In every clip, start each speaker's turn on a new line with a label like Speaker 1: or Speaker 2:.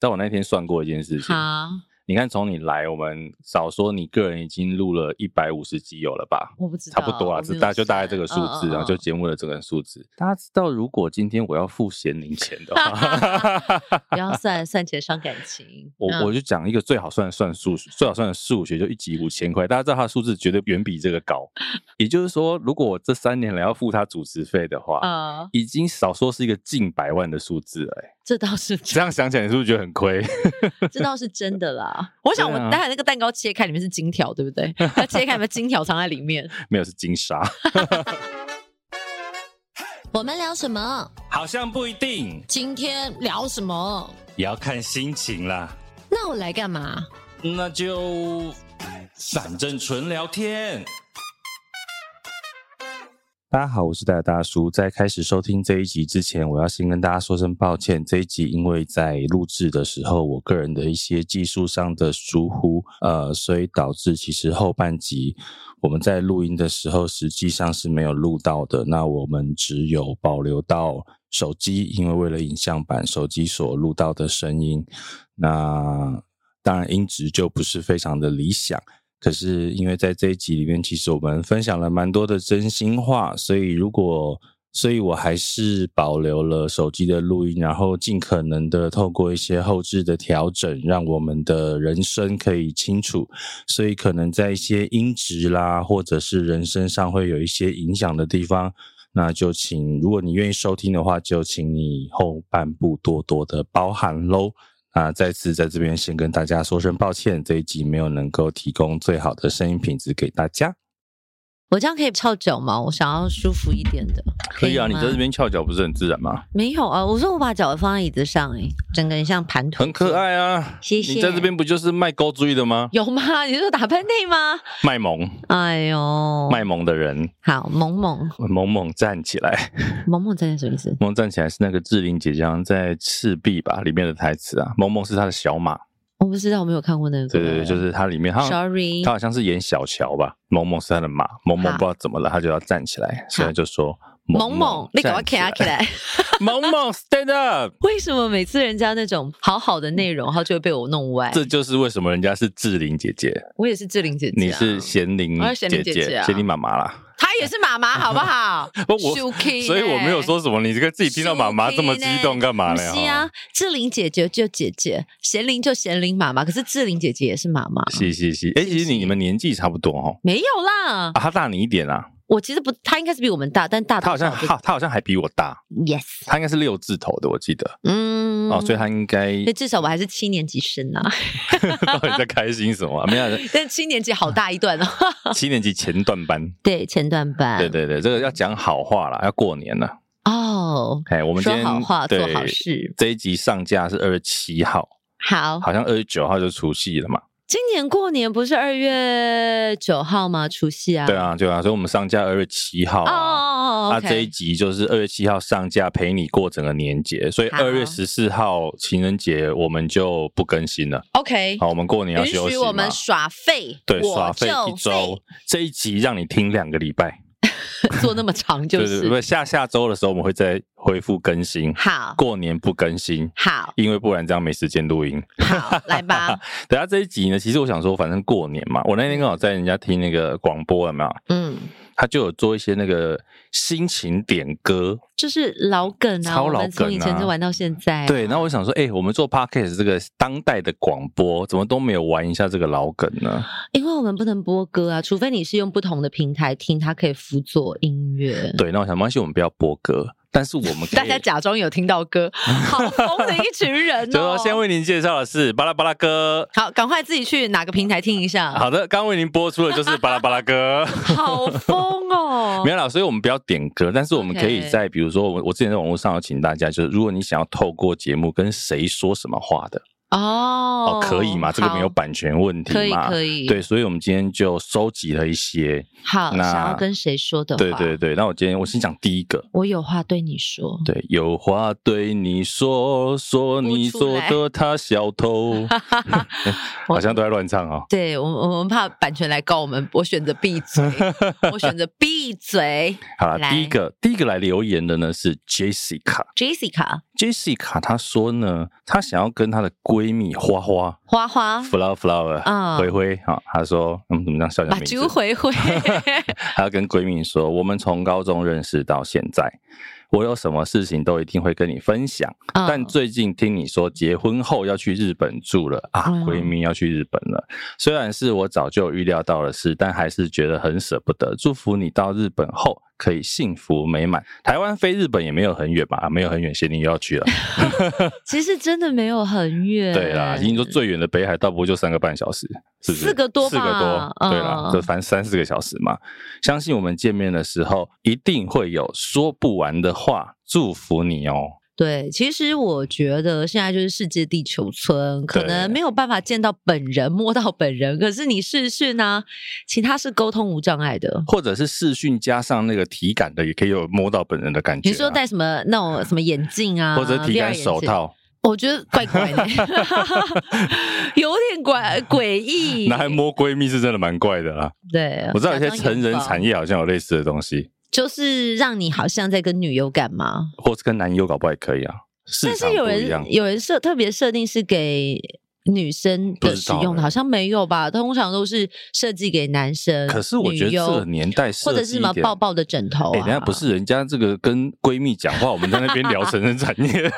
Speaker 1: 在我那天算过一件事情，
Speaker 2: 好，
Speaker 1: 你看从你来，我们少说你个人已经录了一百五十集有了吧？
Speaker 2: 我不知
Speaker 1: 差
Speaker 2: 道，
Speaker 1: 不多啦，
Speaker 2: 我没
Speaker 1: 只
Speaker 2: 有
Speaker 1: 大就
Speaker 2: 算
Speaker 1: 大概这个数字，
Speaker 2: 嗯嗯
Speaker 1: 然后就
Speaker 2: 嗯
Speaker 1: 节目的这个数字。大家知道，如果今天我要付咸宁钱的 话，
Speaker 2: 嗯 不要算算钱伤感情。
Speaker 1: 我
Speaker 2: 嗯
Speaker 1: 我就讲一个最好算的算数，最好算的数学就一集五千块，大家知道它的数字绝对远比这个高。也就是说，如果我这三年来要付他主持费的话，
Speaker 2: 呃，
Speaker 1: 已经少说是一个近百万的数字了、欸。
Speaker 2: 这 倒是
Speaker 1: 这样想起来，你是不是觉得很亏？
Speaker 2: 这倒是真的啦。我想我
Speaker 1: 对啊
Speaker 2: 待会那个蛋糕切开里面是金条，对不对？要切开，有没有金条藏在里面？
Speaker 1: 没有，是金沙，
Speaker 2: 我们聊什么？
Speaker 1: 好像不一定，
Speaker 2: 今天聊什么？
Speaker 1: 也要看心情啦。
Speaker 2: 那我来干嘛？
Speaker 1: 那就反正纯聊天。大家好，我是大大叔。在开始收听这一集之前，我要先跟大家说声抱歉。这一集因为在录制的时候，我个人的一些技术上的疏忽，呃，所以导致其实后半集我们在录音的时候实际上是没有录到的。那我们只有保留到手机，因为为了影像版，手机所录到的声音。那当然音质就不是非常的理想。可是因为在这一集里面，其实我们分享了蛮多的真心话，所以如果，所以我还是保留了手机的录音，然后尽可能的透过一些后置的调整，让我们的人声可以清楚。所以可能在一些音质啦，或者是人声上会有一些影响的地方，那就请，如果你愿意收听的话，就请你后半部多多的包涵喽。那啊再次在这边先跟大家说声抱歉，这一集没有能够提供最好的声音品质给大家。
Speaker 2: 我这样可以翘脚吗？我想要舒服一点的。
Speaker 1: 啊
Speaker 2: 吗
Speaker 1: 边翘脚不是很自然吗？
Speaker 2: 没有啊？我说我把脚放在椅子上、哎，整个人像盘腿，
Speaker 1: 很可。爱啊！
Speaker 2: 谢谢
Speaker 1: 你在这边不就是卖勾追的吗？
Speaker 2: 有吗？ 你是说打喷嚏吗？
Speaker 1: 卖萌，
Speaker 2: 哎呦，
Speaker 1: 卖萌的人，
Speaker 2: 好萌萌
Speaker 1: 萌萌站起来，
Speaker 2: 萌萌，真的什么意思？
Speaker 1: 萌萌站起来是那个志玲姐姐好像在《赤壁》吧里面的台词啊。萌萌是她的小马，
Speaker 2: 我不知道，我没有看过那个。
Speaker 1: 对对对，就是它里面她好像
Speaker 2: Sorry，
Speaker 1: 他好像是演小乔吧，萌萌是他的马，萌萌
Speaker 2: 好
Speaker 1: 不知道怎么了，他就要站起来，所以他就说
Speaker 2: 萌萌，你给我
Speaker 1: 站起
Speaker 2: 卡起
Speaker 1: 来，
Speaker 2: 来。
Speaker 1: 萌萌 stand up，
Speaker 2: 为什么每次人家那种好好的内容，然后就会被我弄歪？
Speaker 1: 这就是为什么人家是志玲姐姐，
Speaker 2: 我也是志玲姐姐、啊，
Speaker 1: 你是贤玲
Speaker 2: 我是贤
Speaker 1: 姐
Speaker 2: 玲姐姐啊
Speaker 1: 贤玲妈妈啦，
Speaker 2: 她也是妈 妈，好不好？
Speaker 1: 不我
Speaker 2: 舒淇呢
Speaker 1: 所以我没有说什么，你这个自己听到妈妈这么激动干嘛哦
Speaker 2: 不
Speaker 1: 呢？
Speaker 2: 是啊，志玲姐姐就姐姐，贤玲就贤玲妈妈，可是志玲姐姐也是妈啊妈
Speaker 1: 哦，，是是是，哎，其实你们年纪差不多哦，
Speaker 2: 没有啦。
Speaker 1: 啊，他大你一点啊，
Speaker 2: 我其实不，她应该是比我们大，但大
Speaker 1: 他好像
Speaker 2: 多
Speaker 1: 他
Speaker 2: 少
Speaker 1: 他好像还比我大，
Speaker 2: 不 yes，
Speaker 1: 他应该是六字头的，我记得
Speaker 2: 嗯
Speaker 1: 哦，所以他应该
Speaker 2: 所以至少我还是七年级生啊，
Speaker 1: 到底在开心什么啊？没 有，
Speaker 2: 但七年级好大一段哦。
Speaker 1: 七年级前段班。
Speaker 2: 对，前段班，
Speaker 1: 对对对，这个要讲好话啦，要过年了。
Speaker 2: 哦，
Speaker 1: 哎，我们今
Speaker 2: 说
Speaker 1: 天
Speaker 2: 好话做好。
Speaker 1: 对
Speaker 2: 事，嗯
Speaker 1: 这一集上架是二十七号，
Speaker 2: 好。
Speaker 1: 好像二十九号就除夕了嘛。
Speaker 2: 今年过年不是二月九号吗？除夕啊。
Speaker 1: 对。啊，对啊，所以我们上架二月七号
Speaker 2: 哦
Speaker 1: 啊。
Speaker 2: 哦哦，
Speaker 1: 啊，
Speaker 2: OK
Speaker 1: 这一集就是二月七号上架，陪你过整个年节。所以
Speaker 2: 好
Speaker 1: 二月十四号情人节我们就不更新了。
Speaker 2: OK，
Speaker 1: 好，我们过年要休
Speaker 2: 允
Speaker 1: 息
Speaker 2: 许
Speaker 1: 嘛
Speaker 2: 我们耍废，
Speaker 1: 对
Speaker 2: 我
Speaker 1: 耍废
Speaker 2: 就
Speaker 1: 一周，这一集让你听两个礼拜。
Speaker 2: 废做那么 长就
Speaker 1: 对对
Speaker 2: 是
Speaker 1: 对，下下周的时候我们会再恢复更新。
Speaker 2: 好，
Speaker 1: 过年不更新，
Speaker 2: 好，
Speaker 1: 因为不然这样没时间录音。
Speaker 2: 好，来吧，
Speaker 1: 等下这一集呢，其实我想说，反正过年嘛，我那天刚好在人家听那个广播，有没有？
Speaker 2: 嗯，
Speaker 1: 他就有做一些那个心情点歌，
Speaker 2: 就是老梗啊，
Speaker 1: 超
Speaker 2: 我
Speaker 1: 老
Speaker 2: 们从以
Speaker 1: 梗
Speaker 2: 前
Speaker 1: 啊
Speaker 2: 就玩到现在啊，
Speaker 1: 对。然后我想说，哎、我们做 podcast 这个当代的广播，怎么都没有玩一下这个老梗呢？
Speaker 2: 因为我们不能播歌啊，除非你是用不同的平台听，它可以辅佐音乐。
Speaker 1: 对，那我想，没关系，我们不要播歌，但是我们可以
Speaker 2: 大家假装有听到 歌，好疯的一群人
Speaker 1: 就是
Speaker 2: 哦
Speaker 1: 说，！先为您介绍的是巴拉巴拉歌。
Speaker 2: 好，赶快自己去哪个平台听一下。
Speaker 1: 好的，刚为您播出的就是巴拉巴拉歌。！
Speaker 2: 好疯哦
Speaker 1: 没有啦，所以我们不要点歌，但是我们可以
Speaker 2: OK
Speaker 1: 在比如说，我我之前在网络上有请大家，就是如果你想要透过节目跟谁说什么话的，
Speaker 2: 哦
Speaker 1: 哦，可以吗？这个没有
Speaker 2: 好
Speaker 1: 版权问题
Speaker 2: 可以
Speaker 1: 嘛？
Speaker 2: 可以，
Speaker 1: 对，，所以我们今天就收集了一些。
Speaker 2: 好，
Speaker 1: 那
Speaker 2: 想要跟谁说的话，
Speaker 1: 对对对，那我今天我先讲第一个，
Speaker 2: 我有话对你说，
Speaker 1: 对，有话对你说，说你
Speaker 2: 哭出
Speaker 1: 做
Speaker 2: 来
Speaker 1: 的他小 偷，好像都在乱唱哦。
Speaker 2: 对我们我们怕版权来告我们，我选择闭 嘴，我选择闭嘴。
Speaker 1: 好了，
Speaker 2: 来
Speaker 1: 第一个第一个来留言的呢是 Jessica。
Speaker 2: Jessica
Speaker 1: Jessica 她说呢，她想要跟她的闺蜜花花
Speaker 2: 花花
Speaker 1: Flower Flower、
Speaker 2: 嗯
Speaker 1: 灰灰啊，她说嗯怎么这样笑你的
Speaker 2: 把
Speaker 1: 名
Speaker 2: 猪
Speaker 1: 字？
Speaker 2: 回 回，
Speaker 1: 她要跟闺蜜说，我们从高中认识到现在，我有什么事情都一定会跟你分享。但
Speaker 2: 嗯
Speaker 1: 最近听你说结婚后要去日本住了啊，
Speaker 2: 嗯
Speaker 1: 闺蜜要去日本了。虽然是我早就预料到的事，但还是觉得很舍不得。祝福你到日本后可以幸福美满。台湾飞日本也没有很远吧？啊没有很远，咸宁又要去了。
Speaker 2: 嗯其实真的没有很远，
Speaker 1: 对啦，已经说最远的北海道不过就三个半小时，是不是？
Speaker 2: 四个多吧
Speaker 1: 四个多，
Speaker 2: 嗯
Speaker 1: 对啦，就反正三四个小时嘛。相信我们见面的时候一定会有说不完的话，祝福你哦。
Speaker 2: 对，其实我觉得现在就是世界地球村，可
Speaker 1: 对
Speaker 2: 能没有办法见到本人、摸到本人，可是你试试呢，其他是沟通无障碍的。
Speaker 1: 或者是视讯加上那个体感的，也可以有摸到本人的感觉、啊。
Speaker 2: 你说戴什么那种什么眼镜啊，
Speaker 1: 或者体
Speaker 2: VR
Speaker 1: 感
Speaker 2: 眼
Speaker 1: 手
Speaker 2: 镜，
Speaker 1: 套，
Speaker 2: 我觉得怪怪的， 有点怪呃诡 异。
Speaker 1: 那还摸闺蜜是真的蛮怪的啦。
Speaker 2: 对，啊
Speaker 1: 我知道有些成人产
Speaker 2: 业
Speaker 1: 业好像有类似的东西，
Speaker 2: 就是让你好像在跟女友干嘛，
Speaker 1: 或是跟男友搞不好也可以啊。市
Speaker 2: 但
Speaker 1: 场
Speaker 2: 是有
Speaker 1: 不一样
Speaker 2: 人，有人设特别设定是给女生
Speaker 1: 不
Speaker 2: 的
Speaker 1: 知
Speaker 2: 使
Speaker 1: 道
Speaker 2: 用的，
Speaker 1: 欸
Speaker 2: 好像没有吧？通常都是设计给男生，
Speaker 1: 可是我
Speaker 2: 女
Speaker 1: 觉得这
Speaker 2: 优
Speaker 1: 个年代设
Speaker 2: 或者
Speaker 1: 计
Speaker 2: 是什
Speaker 1: 一
Speaker 2: 么
Speaker 1: 点
Speaker 2: 抱抱的枕头、啊，
Speaker 1: 哎、人家不是人家这个跟闺蜜讲话，我们在那边聊成人产 业，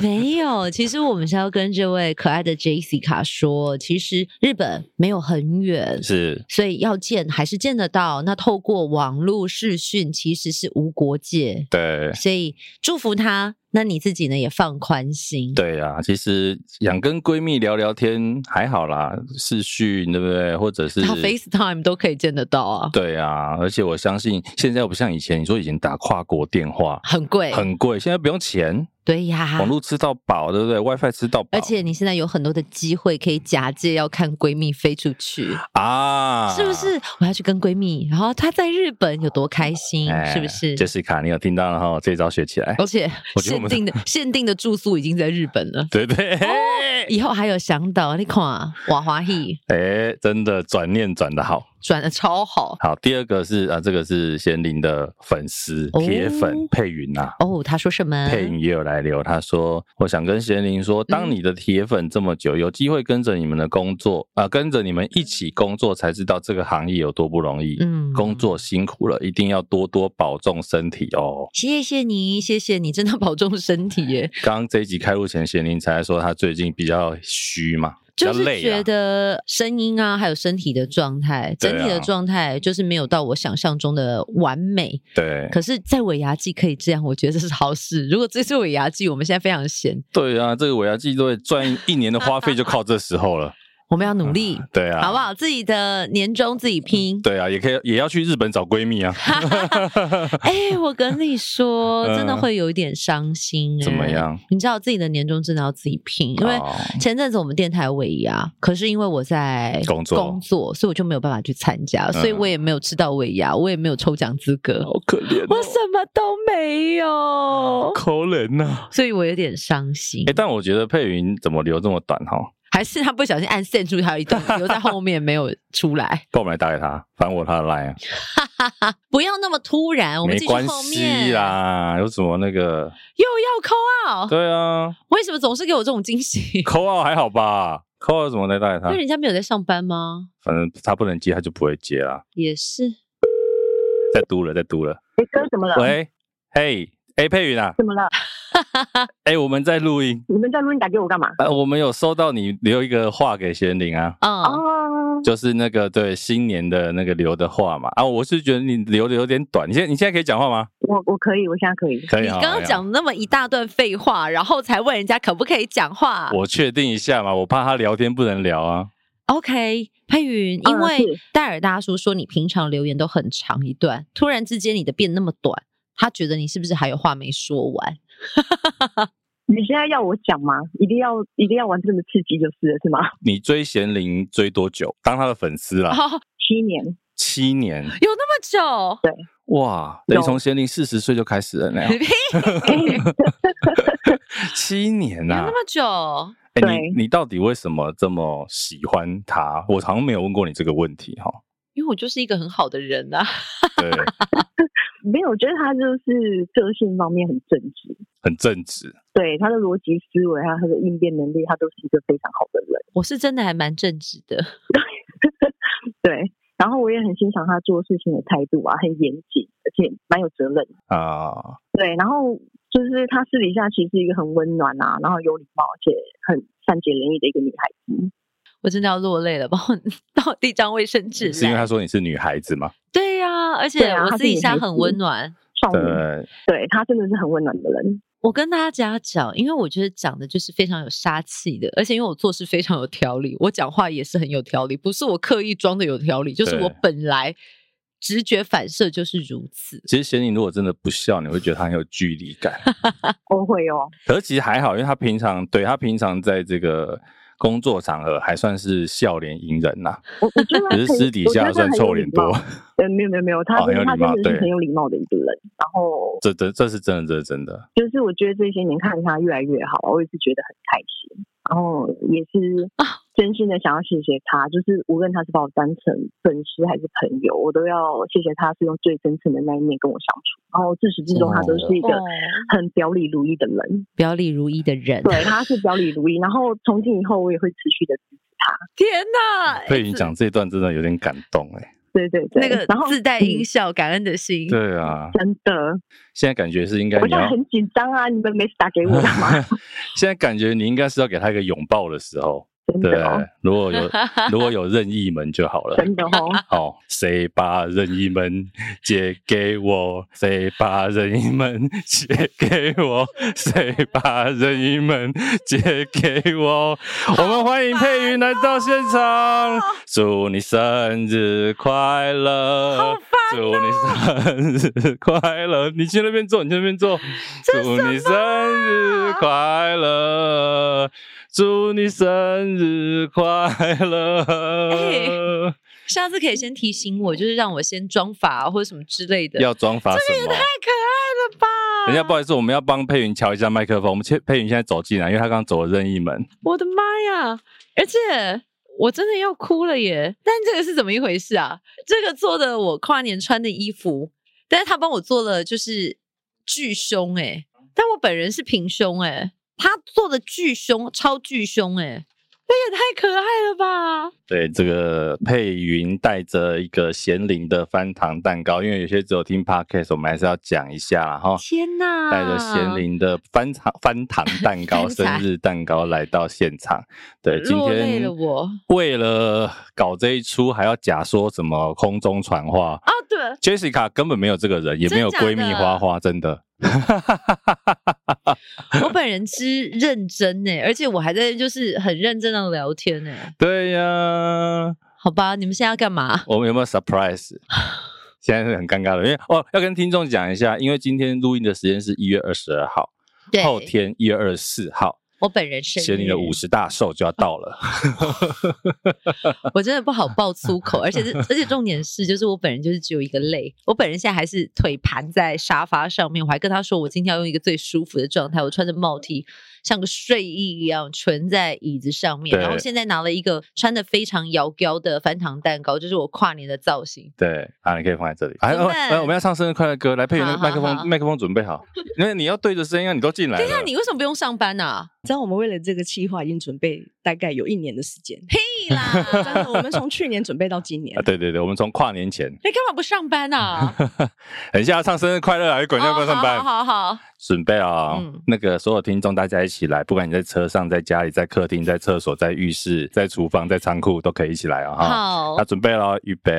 Speaker 2: 没有，其实我们是要跟这位可爱的 Jessica 说，其实日本没有很远，
Speaker 1: 是
Speaker 2: 所以要见还是见得到。那透过网络视讯，其实是无国界，
Speaker 1: 对。
Speaker 2: 所以祝福她。那你自己呢，也放宽心。
Speaker 1: 对啊，其实想跟闺蜜聊聊天还好啦，视讯对不对？或者是
Speaker 2: 到 FaceTime 都可以见得到啊，
Speaker 1: 对啊，而且我相信现在不像以前，你说以前打跨国电话
Speaker 2: 很贵，
Speaker 1: 很贵，现在不用钱，
Speaker 2: 对呀、
Speaker 1: 网络吃到饱，对不对？WiFi 吃到饱，
Speaker 2: 啊而且你现在有很多的机会可以
Speaker 1: 嗯
Speaker 2: 假借要看闺蜜飞出去，
Speaker 1: 啊，
Speaker 2: 是不是？我要去跟闺蜜，然后她在日本有多开心，
Speaker 1: 哎？
Speaker 2: 是不是？哦
Speaker 1: 杰西卡，你有听到了哈？这一招学起来，
Speaker 2: 而且
Speaker 1: 我觉得我
Speaker 2: 限
Speaker 1: 们
Speaker 2: 定的限定的住宿已经在日 本了，
Speaker 1: 对对，
Speaker 2: 以后还有香岛，你看瓦华裔
Speaker 1: 哎，真的转念转的好。
Speaker 2: 转的超好
Speaker 1: 好，第二个是啊，这个是贤玲的粉丝
Speaker 2: 哦
Speaker 1: 铁粉佩云啊。
Speaker 2: 哦。他说什么？
Speaker 1: 配音也有来留，他说：“我想跟贤玲说，当
Speaker 2: 嗯
Speaker 1: 你的铁粉这么久，有机会跟着你们的工作，啊，跟着你们一起工作，才知道这个行业有多不容易。
Speaker 2: 嗯
Speaker 1: 工。作辛苦了，一定要多多保重身体哦。
Speaker 2: 谢谢你，谢谢你，真的保重身体 耶！
Speaker 1: 刚刚这一集开录前，贤玲才说她最近比较虚嘛，比较
Speaker 2: 就是
Speaker 1: 累、啊
Speaker 2: 觉。得声音啊，还有身体的状态，整体
Speaker 1: 对啊
Speaker 2: 的状态就是没有到我想象中的完美。
Speaker 1: 对
Speaker 2: 可是，在尾牙季可以这样，我觉得这是好事。如果这是尾牙季，我们现在非常闲，
Speaker 1: 对啊，这个我要记对赚一年的花费就靠这时候了。
Speaker 2: 我们要努力，
Speaker 1: 对啊，
Speaker 2: 好不？好？自己的年终自己拼。
Speaker 1: 对啊，也可以，也要去日本找闺蜜啊。
Speaker 2: 哎、我跟你说，真的
Speaker 1: 嗯
Speaker 2: 会有一点伤心、
Speaker 1: 怎么
Speaker 2: 哎
Speaker 1: 样？
Speaker 2: 你知道自己的年终真的要自己拼，因为
Speaker 1: 哦
Speaker 2: 前阵子我们电台尾牙，可是因为我在
Speaker 1: 工作嗯
Speaker 2: 工作，所以我就没有办法去参加，所以我也没有吃到尾牙，我也没有抽奖资格，
Speaker 1: 好可怜、
Speaker 2: 我什么都没有
Speaker 1: 哦，，可怜呐、啊。
Speaker 2: 所以我有点伤心
Speaker 1: 哎、。但我觉得佩云怎么留这么短哈？
Speaker 2: 还是他不小心按 send 出他一段，留在后面没有出来。
Speaker 1: 不然我们来打给他，反我他的 line 啊，
Speaker 2: 不要那么突然，我们
Speaker 1: 没
Speaker 2: 继续
Speaker 1: 关
Speaker 2: 后
Speaker 1: 系
Speaker 2: 面。
Speaker 1: 啦，有什么那个？
Speaker 2: 又要扣啊？
Speaker 1: 对啊，
Speaker 2: 为什么总是给我这种 惊喜？
Speaker 1: 扣二还好吧？扣二怎么来打给他
Speaker 2: 因为？人家没有在上班吗？
Speaker 1: 反正他不能接，他就不会接啦。
Speaker 2: 也是。
Speaker 1: 再嘟了，再嘟了。
Speaker 3: 哎哥，怎么了？
Speaker 1: 喂，嘿，哎、佩云啊，
Speaker 3: 怎么了？
Speaker 1: 哎、我们在录音，
Speaker 3: 你们在录音打给我干嘛？
Speaker 1: 呃，我们有收到你留一个话给贤玲啊。
Speaker 2: 嗯，
Speaker 3: 哦，
Speaker 1: 就是那个对新年的那个留的话嘛啊，我是觉得你留的有点短，你现在你现在可以讲话吗？
Speaker 3: 我我可以，我现在可以。
Speaker 1: 可以
Speaker 2: 你
Speaker 1: 啊。
Speaker 2: 刚刚
Speaker 1: 可以啊，
Speaker 2: 讲那么一大段废话，然后才问人家可不可以讲话。
Speaker 1: 我确定一下嘛，我怕他聊天不能聊啊。
Speaker 2: OK，佩云，因
Speaker 3: 嗯
Speaker 2: 为
Speaker 3: 是
Speaker 2: 戴尔大叔说你平常留言都很长一段，突然之间你的变那么短，他觉得你是不是还有话没说完？
Speaker 3: 你现在要我讲吗？一定要一定要玩这么刺激就是了，是吗？
Speaker 1: 你追贤玲追多久？当她的粉丝啦，
Speaker 2: 哦，
Speaker 3: 七年，
Speaker 1: 七年
Speaker 2: 有那么久？
Speaker 1: 哇！等于
Speaker 3: 有
Speaker 1: 从贤玲四十岁就开始了 呢，
Speaker 2: 屁
Speaker 1: 七年
Speaker 2: 有
Speaker 1: 呐、
Speaker 2: 那
Speaker 1: 啊
Speaker 2: 么久？
Speaker 1: 哎
Speaker 3: 对
Speaker 1: 你你到底为什么这么喜欢他？我好像没有问过你这个问题哈。
Speaker 2: 因为我就是一个很好的人啊，
Speaker 1: 对，
Speaker 3: 没有，我觉得他就是个性方面很正直，
Speaker 1: 很正直。
Speaker 3: 对他的逻辑思维还有他的应变能力，他都是一个非常好的人。
Speaker 2: 我是真的还蛮正直的。
Speaker 3: 对，然后我也很欣赏他做事情的态度啊，很严谨，而且蛮有责任。
Speaker 1: 啊、
Speaker 3: 对，然后就是他私底下其实是一个很温暖啊，然后有礼貌，而且很善解人意的一个女孩子。
Speaker 2: 我真的要落泪了，帮我 倒递张卫生纸
Speaker 1: 是因为
Speaker 2: 来
Speaker 1: 他。说你是女孩子吗？
Speaker 2: 对呀、而且
Speaker 3: 对啊
Speaker 2: 我
Speaker 3: 她
Speaker 2: 私
Speaker 3: 是
Speaker 2: 底
Speaker 3: 女
Speaker 2: 下
Speaker 3: 孩
Speaker 2: 很
Speaker 3: 子
Speaker 2: 温暖。
Speaker 3: 少女，
Speaker 1: 对，
Speaker 3: 对她真的是很温暖的人。
Speaker 2: 我跟大家讲，因为我觉得讲的就是非常有杀气的，而且因为我做事非常有条理，我讲话也是很有条理，不是我刻意装的有条理，就是我
Speaker 1: 对
Speaker 2: 本来直觉反射就是如此。
Speaker 1: 其实贤玲如果真的不笑，你会觉得她很有距离感。
Speaker 3: 我会哦，
Speaker 1: 可是其实还好，因为她平常对她平常在这个工作场合还算是笑脸迎人呐、
Speaker 3: 我我觉得
Speaker 1: 可
Speaker 3: 她
Speaker 1: 是
Speaker 3: 很
Speaker 1: 私底
Speaker 3: 我觉
Speaker 1: 下
Speaker 3: 得她
Speaker 1: 算
Speaker 3: 很有
Speaker 1: 臭脸
Speaker 3: 礼貌
Speaker 1: 多。
Speaker 3: 呃，没有没有没有，她
Speaker 1: 哦很
Speaker 3: 真
Speaker 1: 有
Speaker 3: 的她
Speaker 1: 礼貌
Speaker 3: 真的
Speaker 1: 对
Speaker 3: 是很有礼貌的一个人。然后
Speaker 1: 这这这是真的，这是真的。
Speaker 3: 就是我觉得这些年看着她越来越好，我也是觉得很开心。然后也是
Speaker 2: 啊
Speaker 3: 真心的想要谢谢她，就是无论她是把我当成粉丝还是朋友，我都要谢谢她是用最真诚的那一面跟我相处。然后自始至终她都是一个
Speaker 2: 哦
Speaker 3: 很表里如一的人，
Speaker 2: 表里如一的人，
Speaker 3: 对，她是表里如一。然后从今以后我也会持续的支持她，
Speaker 2: 天
Speaker 3: 哎
Speaker 2: 哪！
Speaker 1: 佩云讲这段真的有点感动哎、
Speaker 3: 对对对，
Speaker 2: 那个
Speaker 3: 然后
Speaker 2: 自带
Speaker 3: 嗯
Speaker 2: 音效，感恩的心。
Speaker 1: 对啊，
Speaker 3: 真的，
Speaker 1: 现在感觉是应该
Speaker 3: 嗯我
Speaker 1: 你
Speaker 3: 现在
Speaker 1: 要，
Speaker 3: 很紧张啊！你们每次打给我干 嘛？
Speaker 1: 现在感觉你应该是要给她一个拥抱的时候。
Speaker 3: 真
Speaker 1: 对
Speaker 3: 的哦，，
Speaker 1: 如果 有如果有任意门就好了。
Speaker 3: 真的哦，
Speaker 1: 好，谁把任意门借给我？谁把任意门借给我？谁把任意门借给我？我们欢迎佩云来到现场，祝你生日快乐！祝你生日快乐！你去那边坐，你去那边坐。祝你生日快乐！祝你生日快乐！
Speaker 2: 下次可以先提醒我，就是让我先装法、啊或者什么之类的。
Speaker 1: 要装法什么？
Speaker 2: 太可爱了吧！
Speaker 1: 等一下，不好意思，我们要帮佩云敲一下麦克风。我们佩佩云现在走进来，因为她刚走了任意门。
Speaker 2: 我的妈呀！而且我真的要哭了耶！但这个是怎么一回事啊？这个做的我跨年穿的衣服，但是他帮我做了就是巨胸哎、但我本人是平胸哎、他做的巨胸超巨胸哎、这也太可爱了吧！
Speaker 1: 对，这个佩云带着一个咸灵的翻糖蛋糕，因为有些只有听 podcast，我们还是要讲一下啦哈。
Speaker 2: 天哪！
Speaker 1: 带着咸灵的翻糖翻糖蛋糕、
Speaker 2: 翻
Speaker 1: 生
Speaker 2: 糖
Speaker 1: 日蛋糕来到现场。 对，今
Speaker 2: 落泪
Speaker 1: 天
Speaker 2: 了我
Speaker 1: 为了搞这一出，还要假说什么空中传话。
Speaker 2: 啊！对，
Speaker 1: Jessica 根本没有这个人，也没有
Speaker 2: 真假的
Speaker 1: 闺蜜花花，真的。
Speaker 2: 我本人之认真呢、欸而且我还在就是很认真的聊天呢、欸
Speaker 1: 对呀、
Speaker 2: 好吧，你们现在要干嘛？
Speaker 1: 我们有没有 surprise？现在是很尴尬的，因为哦，要跟听众讲一下，因为今天录音的时间是一月二十二号，
Speaker 2: 对，
Speaker 1: 后天一月二十四号，
Speaker 2: 我本人生
Speaker 1: 咸
Speaker 2: 日
Speaker 1: 宁的五十大寿就要到了。
Speaker 2: 我真的不好爆粗口，而且是而且重点是，就是我本人就是只有一个累，我本人现在还是腿盘在沙发上面，我还跟他说我今天要用一个最舒服的状态，我穿着帽 T，像个睡衣一样蜷在椅子上面，
Speaker 1: 对
Speaker 2: 然后现在拿了一个穿的非常摇高的翻糖蛋糕，就是我跨年的造型。
Speaker 1: 对，啊，你可以放在这里。哎，
Speaker 2: 真的
Speaker 1: 哦哎我们要唱生日快乐歌，来配
Speaker 2: 好
Speaker 1: 那麦克
Speaker 2: 好好
Speaker 1: 风，麦克风准备 好，因为你要对着声音啊，你都进来了。
Speaker 2: 等一下，哎你为什么不用上班啊 呢、
Speaker 4: 你知道我们为了这个计划已经准备大概有一年的时间，
Speaker 2: 屁啦！
Speaker 4: 真的，我们从去年准备到今年
Speaker 1: 啊，。对对对，我们从跨年前，
Speaker 2: 你干嘛不上班呢、啊？
Speaker 1: 等一下要唱生日快乐啊，你滚，要不要上班？
Speaker 2: 哦好好好好，
Speaker 1: 准备啊、
Speaker 2: 嗯
Speaker 1: 那个所有听众，大家一起来，不管你在车上、在家里、在客厅、在厕所、在浴室、在厨房、在仓库，都可以一起来啊、哈。
Speaker 2: 好
Speaker 1: 那准备了，预备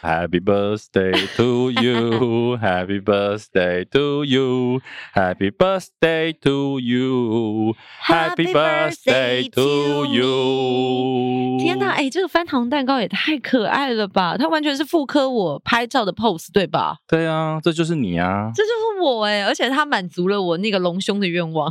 Speaker 1: ，Happy birthday to you，Happy birthday to you，Happy birthday to you，Happy
Speaker 2: Happy
Speaker 1: birthday
Speaker 2: birthday to
Speaker 1: to you。
Speaker 2: 天哪，哎、这个翻糖蛋糕也太可爱了吧！它完全是复刻我拍照的 pose，对吧？
Speaker 1: 对啊，这就是你啊！
Speaker 2: 这就是我哎、而且它满足了我那个隆胸的愿 望，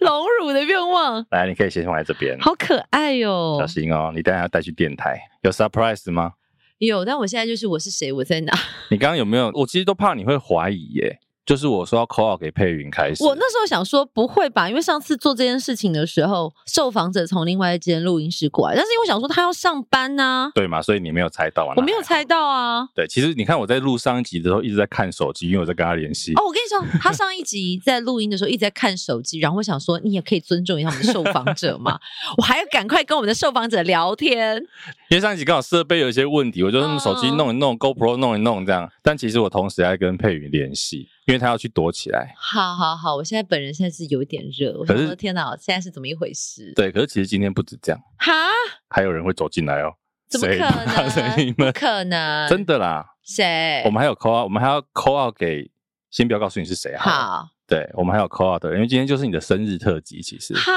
Speaker 2: 隆乳的愿望，
Speaker 1: 来，你可以先放在这边，
Speaker 2: 好可爱哟、
Speaker 1: 小心哦，你等一下要带去电台。有 surprise 吗？
Speaker 2: 有，但我现在就是我是谁，我在哪？
Speaker 1: 你刚刚有没有？我其实都怕你会怀疑耶。就是我说要 call out 给佩云开始，
Speaker 2: 我那时候想说不会吧，因为上次做这件事情的时候，受访者从另外一间录音室过来，但是因为我想说他要上班呐、
Speaker 1: 对嘛？所以你没有猜到啊？
Speaker 2: 我没有
Speaker 1: 那还好
Speaker 2: 猜。到啊。
Speaker 1: 对，其实你看我在录上一集的时候一直在看手机，因为我在跟他联系。
Speaker 2: 哦，我跟你说，他上一集在录音的时候一直在看手机，然后我想说，你也可以尊重一下我们的受访者嘛，我还要赶快跟我们的受访者聊天。
Speaker 1: 因为上一集刚好设备有一些问题，我就嗯用手机
Speaker 2: 嗯
Speaker 1: 弄一弄、g o p r o 弄一弄这样。但其实我同时在跟佩云联系，因为他要去躲起来。
Speaker 2: 好好好，我现在本人现在是有一点热，我
Speaker 1: 可
Speaker 2: 想
Speaker 1: 是
Speaker 2: 说天哪，现在是怎么一回事？，
Speaker 1: 对，可是其实今天不止这样，
Speaker 2: 哈，
Speaker 1: 还有人会走进来哦。
Speaker 2: 怎么
Speaker 1: 谁
Speaker 2: 可
Speaker 1: 怕谁
Speaker 2: 能？
Speaker 1: 你
Speaker 2: 不
Speaker 1: 们
Speaker 2: 可能，
Speaker 1: 真的啦，
Speaker 2: 谁？
Speaker 1: 我们还有 call out，我们还要 call out 给，先不要告诉你是谁好了。
Speaker 2: 好
Speaker 1: 对，我们还有 call out 的人，因为今天就是你的生日特辑，其实
Speaker 2: 哈。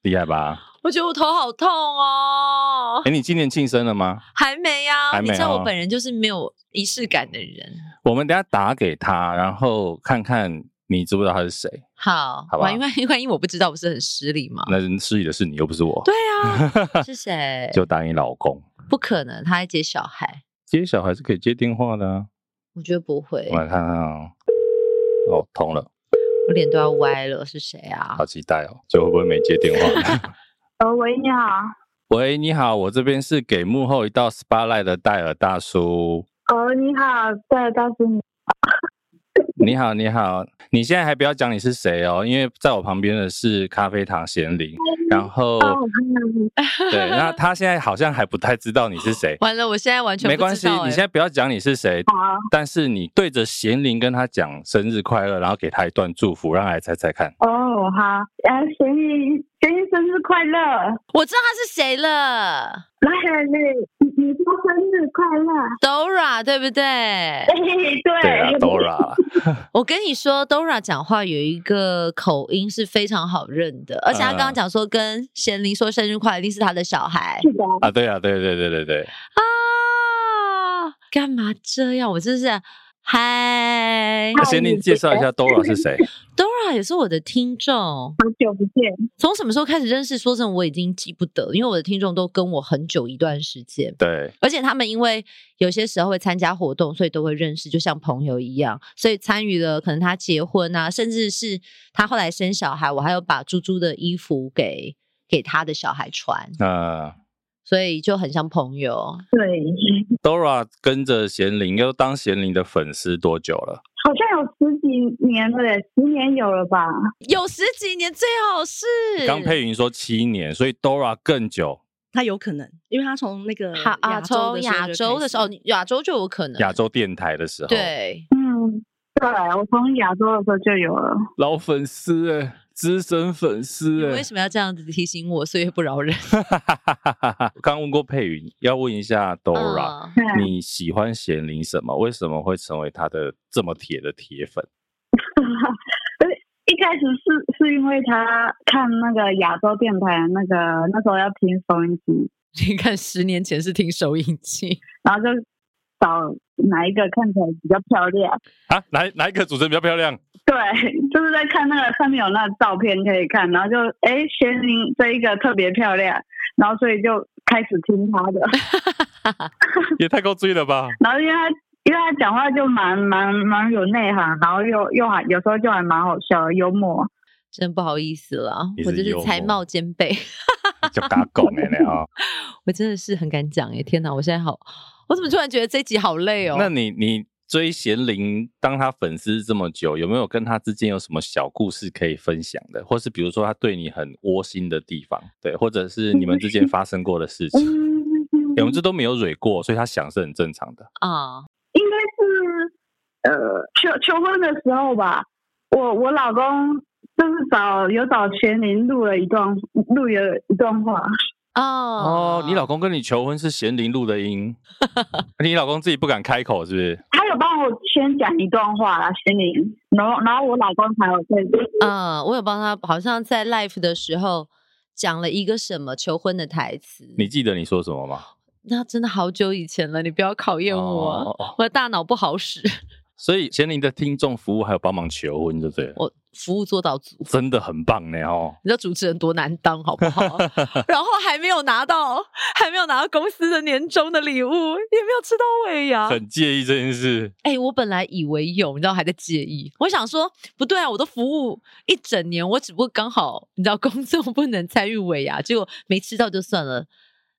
Speaker 1: 厉害吧？
Speaker 2: 我觉得我头好痛哦，
Speaker 1: 哎，你今年庆生了吗？
Speaker 2: 还没呀、
Speaker 1: 还
Speaker 2: 你
Speaker 1: 没
Speaker 2: 知道我
Speaker 1: 哦
Speaker 2: 本人就是没有仪式感的人。
Speaker 1: 我们等一下打给他，然后看看你知不知道他是谁。
Speaker 2: 好，
Speaker 1: 好吧
Speaker 2: 万一万一万一我不知道，不是很失礼吗？
Speaker 1: 那失礼的是你，又不是我。
Speaker 2: 对啊， 是谁？
Speaker 1: 就打你老公。
Speaker 2: 不可能，他还接小孩，
Speaker 1: 接小孩是可以接电话的啊。
Speaker 2: 我觉得不会，
Speaker 1: 我来看看哦。哦，通了，
Speaker 2: 我脸都要歪了。是谁啊，
Speaker 1: 好？期待哦！就会不会没接电话？
Speaker 3: 呃，喂，你好，
Speaker 1: 喂，你好，我这边是给幕后一道 spotlight 的戴尔大叔。
Speaker 3: 呃，你好，对，大师你
Speaker 1: 你好，你好，你现在还不要讲你是谁哦，因为在我旁边的是咖啡糖贤玲，然后
Speaker 3: 好，哦我看到你，
Speaker 1: 对，那他现在好像还不太知道你是谁
Speaker 2: 完了，我现在完全
Speaker 1: 没
Speaker 2: 不
Speaker 1: 关
Speaker 2: 知
Speaker 1: 系，
Speaker 2: 道
Speaker 1: 你
Speaker 2: 哎
Speaker 1: 现在不要讲你是谁，
Speaker 3: 好啊，
Speaker 1: 但是你对着贤玲跟他讲生日快乐，然后给他一段祝福，让他来猜猜看。
Speaker 3: 哦，好，呃，贤玉，贤玉生日快乐，
Speaker 2: 我知道他是谁了
Speaker 3: 来来来，你你说生日快乐，
Speaker 2: ，Dora 对不对？
Speaker 3: 嘿嘿，对，
Speaker 1: 对啊，Dora 啦。
Speaker 2: 我跟你说，Dora 讲话有一个口音是非常好认的，而且她刚刚
Speaker 1: 嗯
Speaker 2: 讲说跟贤玲说生日快乐，一定是她的小孩
Speaker 3: 是的，
Speaker 1: 啊，对啊，对对对对对，
Speaker 2: 啊！干嘛这样？我真是嗨
Speaker 1: 那
Speaker 3: 嗨
Speaker 1: 贤玲
Speaker 3: 你
Speaker 1: 介绍一下 Dora 是谁？
Speaker 2: ，Dora 也是我的听众。
Speaker 3: 好久不见，
Speaker 2: 从什么时候开始认识？说真的，我已经记不得，因为我的听众都跟我很久一段时间，
Speaker 1: 对，
Speaker 2: 而且他们因为有些时候会参加活动，所以都会认识，就像朋友一样。所以参与了可能他结婚啊，甚至是他后来生小孩，我还有把猪猪的衣服给给他的小孩穿，
Speaker 1: 呃
Speaker 2: 所以就很像朋友。
Speaker 3: 对，
Speaker 1: ，Dora 跟着贤玲，又当贤玲的粉丝多久了？
Speaker 3: 好像有十几年了耶，十年有了吧？
Speaker 2: 有十几年最好是
Speaker 1: 刚佩云说七年，所以 Dora 更久，
Speaker 4: 他有可能，因为他从那个
Speaker 2: 好啊，从亚
Speaker 4: 亚
Speaker 2: 洲的时候，
Speaker 4: 就开始
Speaker 2: 你亚洲就有可能
Speaker 1: 亚洲电台的时候，，
Speaker 2: 对。
Speaker 3: 嗯，对，我从亚洲的时候就有了。
Speaker 1: 老粉丝哎、资深粉
Speaker 2: 你
Speaker 1: 丝哎、
Speaker 2: 为什么要这样子提醒我？岁月不饶人。
Speaker 1: 我刚问过佩云，要问一下 Dora，、
Speaker 2: 嗯
Speaker 3: 嗯
Speaker 1: 你喜欢贤玲什么？为什么会成为她的这么铁的铁粉？
Speaker 3: 一开始是是因为他看那个亚洲电台的那个那时候要听收音机，
Speaker 2: 你看，十年前是听收音机，
Speaker 3: 然后就找哪一个看起来比较漂亮。
Speaker 1: 啊，哪哪一个主持人比较漂亮？
Speaker 3: 对，就是在看那个上面有那个照片可以看，然后就哎贤玲这一个特别漂亮，然后所以就开始听他 的，
Speaker 1: 也太够追了 吧！
Speaker 3: 然后因为他。因为他讲话就蛮蛮蛮有内涵，然后又又还有时候就还蛮好笑的幽默。
Speaker 2: 真不好意思啦
Speaker 1: 你，是
Speaker 2: 我就是
Speaker 1: 幽默
Speaker 2: 才貌兼备，
Speaker 1: 就嘎拱哎那啊！
Speaker 2: 我真的是很敢讲哎、天哪，我现在好，我怎么突然觉得这一集好累哦？
Speaker 1: 那你你追贤玲，当她粉丝这么久，有没有跟她之间有什么小故事可以分享的？或是比如说她对你很窝心的地方，对，或者是你们之间发生过的事情？
Speaker 3: 嗯，
Speaker 1: 欸我们这都没有蕊过，所以她想是很正常的。
Speaker 2: 啊、
Speaker 3: 应该是呃求求婚的时候吧。我我老公就是找有找贤玲录了一段录了一段话，
Speaker 2: 哦
Speaker 1: 哦，你老公跟你求婚是贤玲录的 音，啊你老公自己不敢开口是不是？
Speaker 3: 他有帮我先讲一段话啦，贤玲，然后然后我老公才有在
Speaker 2: 嗯，我有帮他，好像在 live 的时候，讲了一个什么求婚的台词。
Speaker 1: 你记得你说什么吗？
Speaker 2: 那真的好久以前了，你不要考验我啊，
Speaker 1: 哦哦哦
Speaker 2: 我的大脑不好使，
Speaker 1: 所以贤玲的听众服务还有帮忙求婚，对不对了？
Speaker 2: 我服务做到足。
Speaker 1: 真的很棒呢哦。
Speaker 2: 你知道主持人多难当，好不好？然后还没有拿到，还没有拿到公司的年终的礼物，也没有吃到尾牙。
Speaker 1: 很介意这件事，
Speaker 2: 哎、我本来以为有，你知道还在介意。我想说，不对啊，我都服务一整年，我只不过刚好你知道工作不能参与尾牙，结果没吃到就算了，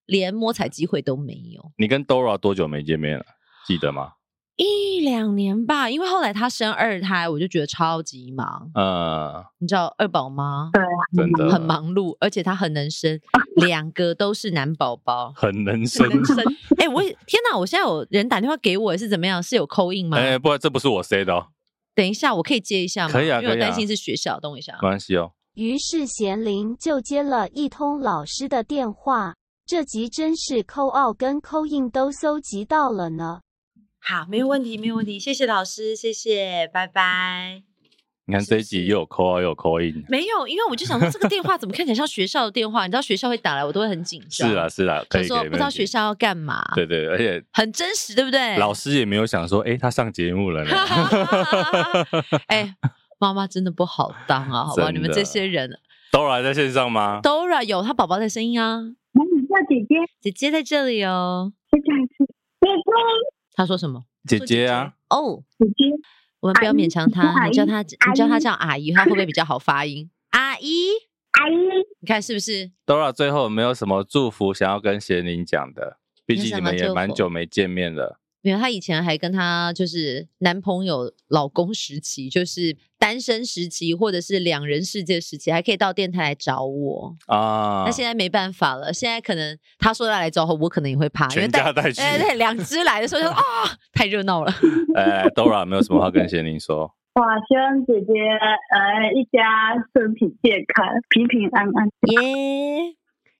Speaker 2: 连摸彩机会都没有。
Speaker 1: 你跟 Dora 多久没见面了？记得吗？
Speaker 2: 一两年吧，因为后来她生二胎，我就觉得超级忙，
Speaker 1: 呃，
Speaker 2: 你知道二宝妈
Speaker 1: 真的
Speaker 2: 很，忙碌，而且她很能生，两个都是男宝宝。
Speaker 1: 很能生
Speaker 2: 很。能生， 哎、我也天哪！我现在有人打电话给我是怎么样？是有扣印 吗？
Speaker 1: 哎、不然这不是我 say 的哦，
Speaker 2: 等一下，我可以接一下吗？
Speaker 1: 可以啊
Speaker 2: 因为
Speaker 1: 可
Speaker 2: 我
Speaker 1: 以啊
Speaker 2: 担心是学校。等我一下啊
Speaker 1: 没，关系哦。
Speaker 5: 于是贤玲就接了一通老师的电话。这集真是扣奥跟扣印都搜集到了呢。
Speaker 2: 好，没有问题，没有问题，谢谢老师，谢谢，拜拜。
Speaker 1: 你看这一集又有 call out 又有 call in，
Speaker 2: 没有，因为我就想说，这个电话怎么看起来像学校的电话？你知道学校会打来，我都会很紧
Speaker 1: 是
Speaker 2: 张。
Speaker 1: 啦，是啦，可
Speaker 2: 啊想
Speaker 1: 以可
Speaker 2: 说
Speaker 1: 以，
Speaker 2: 不知道
Speaker 1: 没问题
Speaker 2: 学，校啊哎要干嘛，
Speaker 1: 对对，而且
Speaker 2: 很真实，对不对？
Speaker 1: 老师也没有想说，哎、他上节目了 呢。
Speaker 2: 哎，妈妈真的不好当啊，好不好？
Speaker 1: 真
Speaker 2: 你
Speaker 1: 的
Speaker 2: 们这些人
Speaker 1: Dora 在线上吗？
Speaker 2: ，Dora 有她宝宝的声音啊，
Speaker 3: 那你叫姐姐，
Speaker 2: 姐姐在这里哦。
Speaker 3: 再讲一次，姐姐，
Speaker 2: 她说什么？
Speaker 1: 姐姐啊，
Speaker 2: 哦，
Speaker 3: 姐姐，
Speaker 2: 我们不要勉强她，
Speaker 3: 阿姨
Speaker 2: 你叫她，
Speaker 3: 阿姨
Speaker 2: 你叫她叫阿姨，她会不会比较好发音？阿姨，
Speaker 3: 阿姨，
Speaker 2: 你看是不是？
Speaker 1: Dora 最后有没有什么祝福想要跟贤玲讲的？毕竟你们也蛮久没见面了，
Speaker 2: 没有，她以前还跟她就是男朋友、老公时期，就是单身时期，或者是两人世界时期，还可以到电台来找我。
Speaker 1: 啊
Speaker 2: 那，现在没办法了，现在可能她说要来找我，我可能也会怕，因为
Speaker 1: 全
Speaker 2: 带呃
Speaker 1: 家带去。
Speaker 2: 对对，两只来的时 候就啊、太热闹了。
Speaker 1: 哎，Dora 有没有什么话跟贤玲说？
Speaker 3: 哇，希望姐姐呃一家身体健康，平平安安。
Speaker 2: 耶、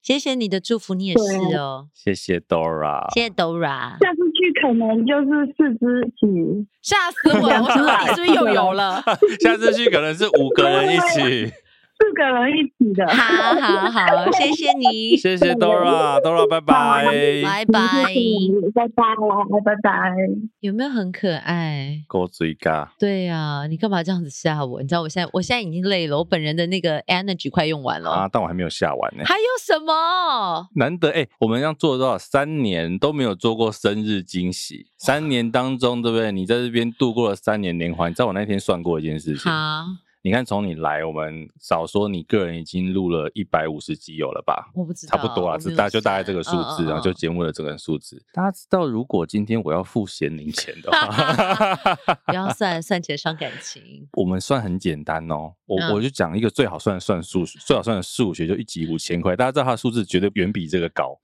Speaker 2: 谢谢你的祝福，你也是哦，
Speaker 1: 谢谢 Dora。
Speaker 2: 谢谢 Dora，
Speaker 3: 下次去可能就是四肢起，
Speaker 2: 吓死我了！我 想说你是不是又有了？
Speaker 1: 下次去可能是五个人一 起。
Speaker 3: 四个人一 起的。
Speaker 2: 好好好，谢谢你，
Speaker 1: 谢谢 Dora，Dora 拜拜。
Speaker 2: 拜拜。
Speaker 3: 拜拜，拜拜。
Speaker 2: 有没有很可爱？
Speaker 1: 够嘴嘎，
Speaker 2: 对呀、你干嘛这样子吓我？你知道我现在我现在已经累了，我本人的那个 energy 快用完了。
Speaker 1: 啊！但我还没有下完呢。
Speaker 2: 还有什么？
Speaker 1: 难得哎、我们要做多少？三年都没有做过生日惊喜。三年当中，对不对？你在这边度过了三年年华。你知道我那天算过一件事情，
Speaker 2: 好，
Speaker 1: 你看从你来，我们少说你个人已经录了一百五十集有了吧？
Speaker 2: 我不知道，
Speaker 1: 差不多啦，
Speaker 2: 我没
Speaker 1: 只
Speaker 2: 有
Speaker 1: 大就
Speaker 2: 算
Speaker 1: 大概这个数字，
Speaker 2: 嗯嗯
Speaker 1: 然后就
Speaker 2: 嗯
Speaker 1: 节目的这个数字。大家知道，如果今天我要付贤玲钱的话，
Speaker 2: 不要算算钱伤感情。
Speaker 1: 我们算很简单哦。我、
Speaker 2: 嗯
Speaker 1: 我就讲一个最好算的算数，最好算的数学就一集五千块，大家知道它的数字绝对远比这个 高。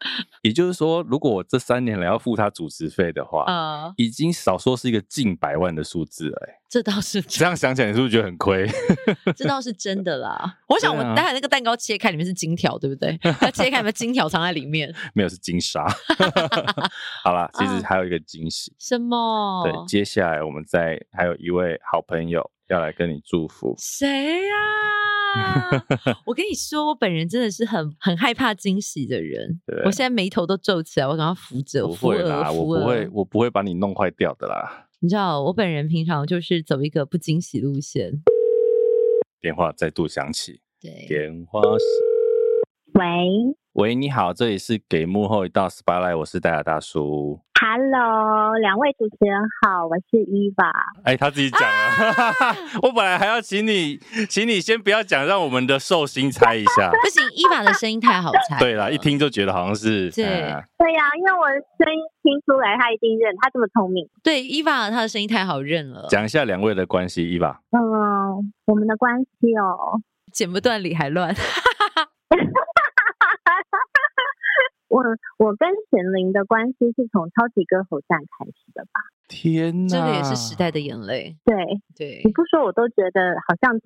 Speaker 1: 也就是说，如果我这三年来要付他主持费的话，
Speaker 2: 呃，
Speaker 1: 已经少说是一个近百万的数字了、欸。
Speaker 2: 这倒是
Speaker 1: 这样想起来，你是不是觉得很亏？
Speaker 2: 这倒是真的啦。我想我
Speaker 1: 对啊
Speaker 2: 待会那个蛋糕切开，里面是金条，对不对？要切开，有没有金条藏在里面？
Speaker 1: 没有，是金 沙。好啦，其实
Speaker 2: 啊
Speaker 1: 还有一个惊喜。
Speaker 2: 什么？
Speaker 1: 对，接下来我们再还有一位好朋友要来跟你祝福。
Speaker 2: 谁呀、 我跟你说，我本人真的是很很害怕惊喜的人
Speaker 1: 对。
Speaker 2: 我现在眉头都皱起来，我赶快扶着，
Speaker 1: 不
Speaker 2: 扶
Speaker 1: 会
Speaker 2: 额，
Speaker 1: 啦，我
Speaker 2: 扶
Speaker 1: 不会
Speaker 2: 额，。
Speaker 1: 我不会把你弄坏掉的啦。
Speaker 2: 你知道，我本人平常就是走一个不惊喜路线。
Speaker 1: 电话再度响起，
Speaker 2: 对，
Speaker 1: 电话响
Speaker 3: 喂
Speaker 1: 喂，你好，这里是给幕后一道 spotlight，我是戴尔大叔。
Speaker 3: ，Hello，两位主持人好，我是伊娃。
Speaker 1: 哎，他自己讲
Speaker 2: 啊
Speaker 1: 了， 我本来还要请你，请你先不要讲，让我们的寿星猜一 下。
Speaker 2: 不行，伊娃的声音 太好猜。
Speaker 1: 对啦， 一。听就觉得好像是
Speaker 2: 对
Speaker 1: 呃
Speaker 3: 对呀、因为我的声音听出来，他一定认，他这么聪明。
Speaker 2: 对，伊娃她的声音太好认了，
Speaker 1: 讲一下两位的关系，伊吧。
Speaker 3: 嗯，我们的关系哦，
Speaker 2: 剪不断理还乱。
Speaker 3: 我我跟贤玲的关系是从超级歌喉战开始的吧？
Speaker 1: 天
Speaker 2: 这
Speaker 1: 呐，
Speaker 2: 个也是时代的眼泪。
Speaker 3: 对，
Speaker 2: 对
Speaker 3: 你，不说我都觉得好像才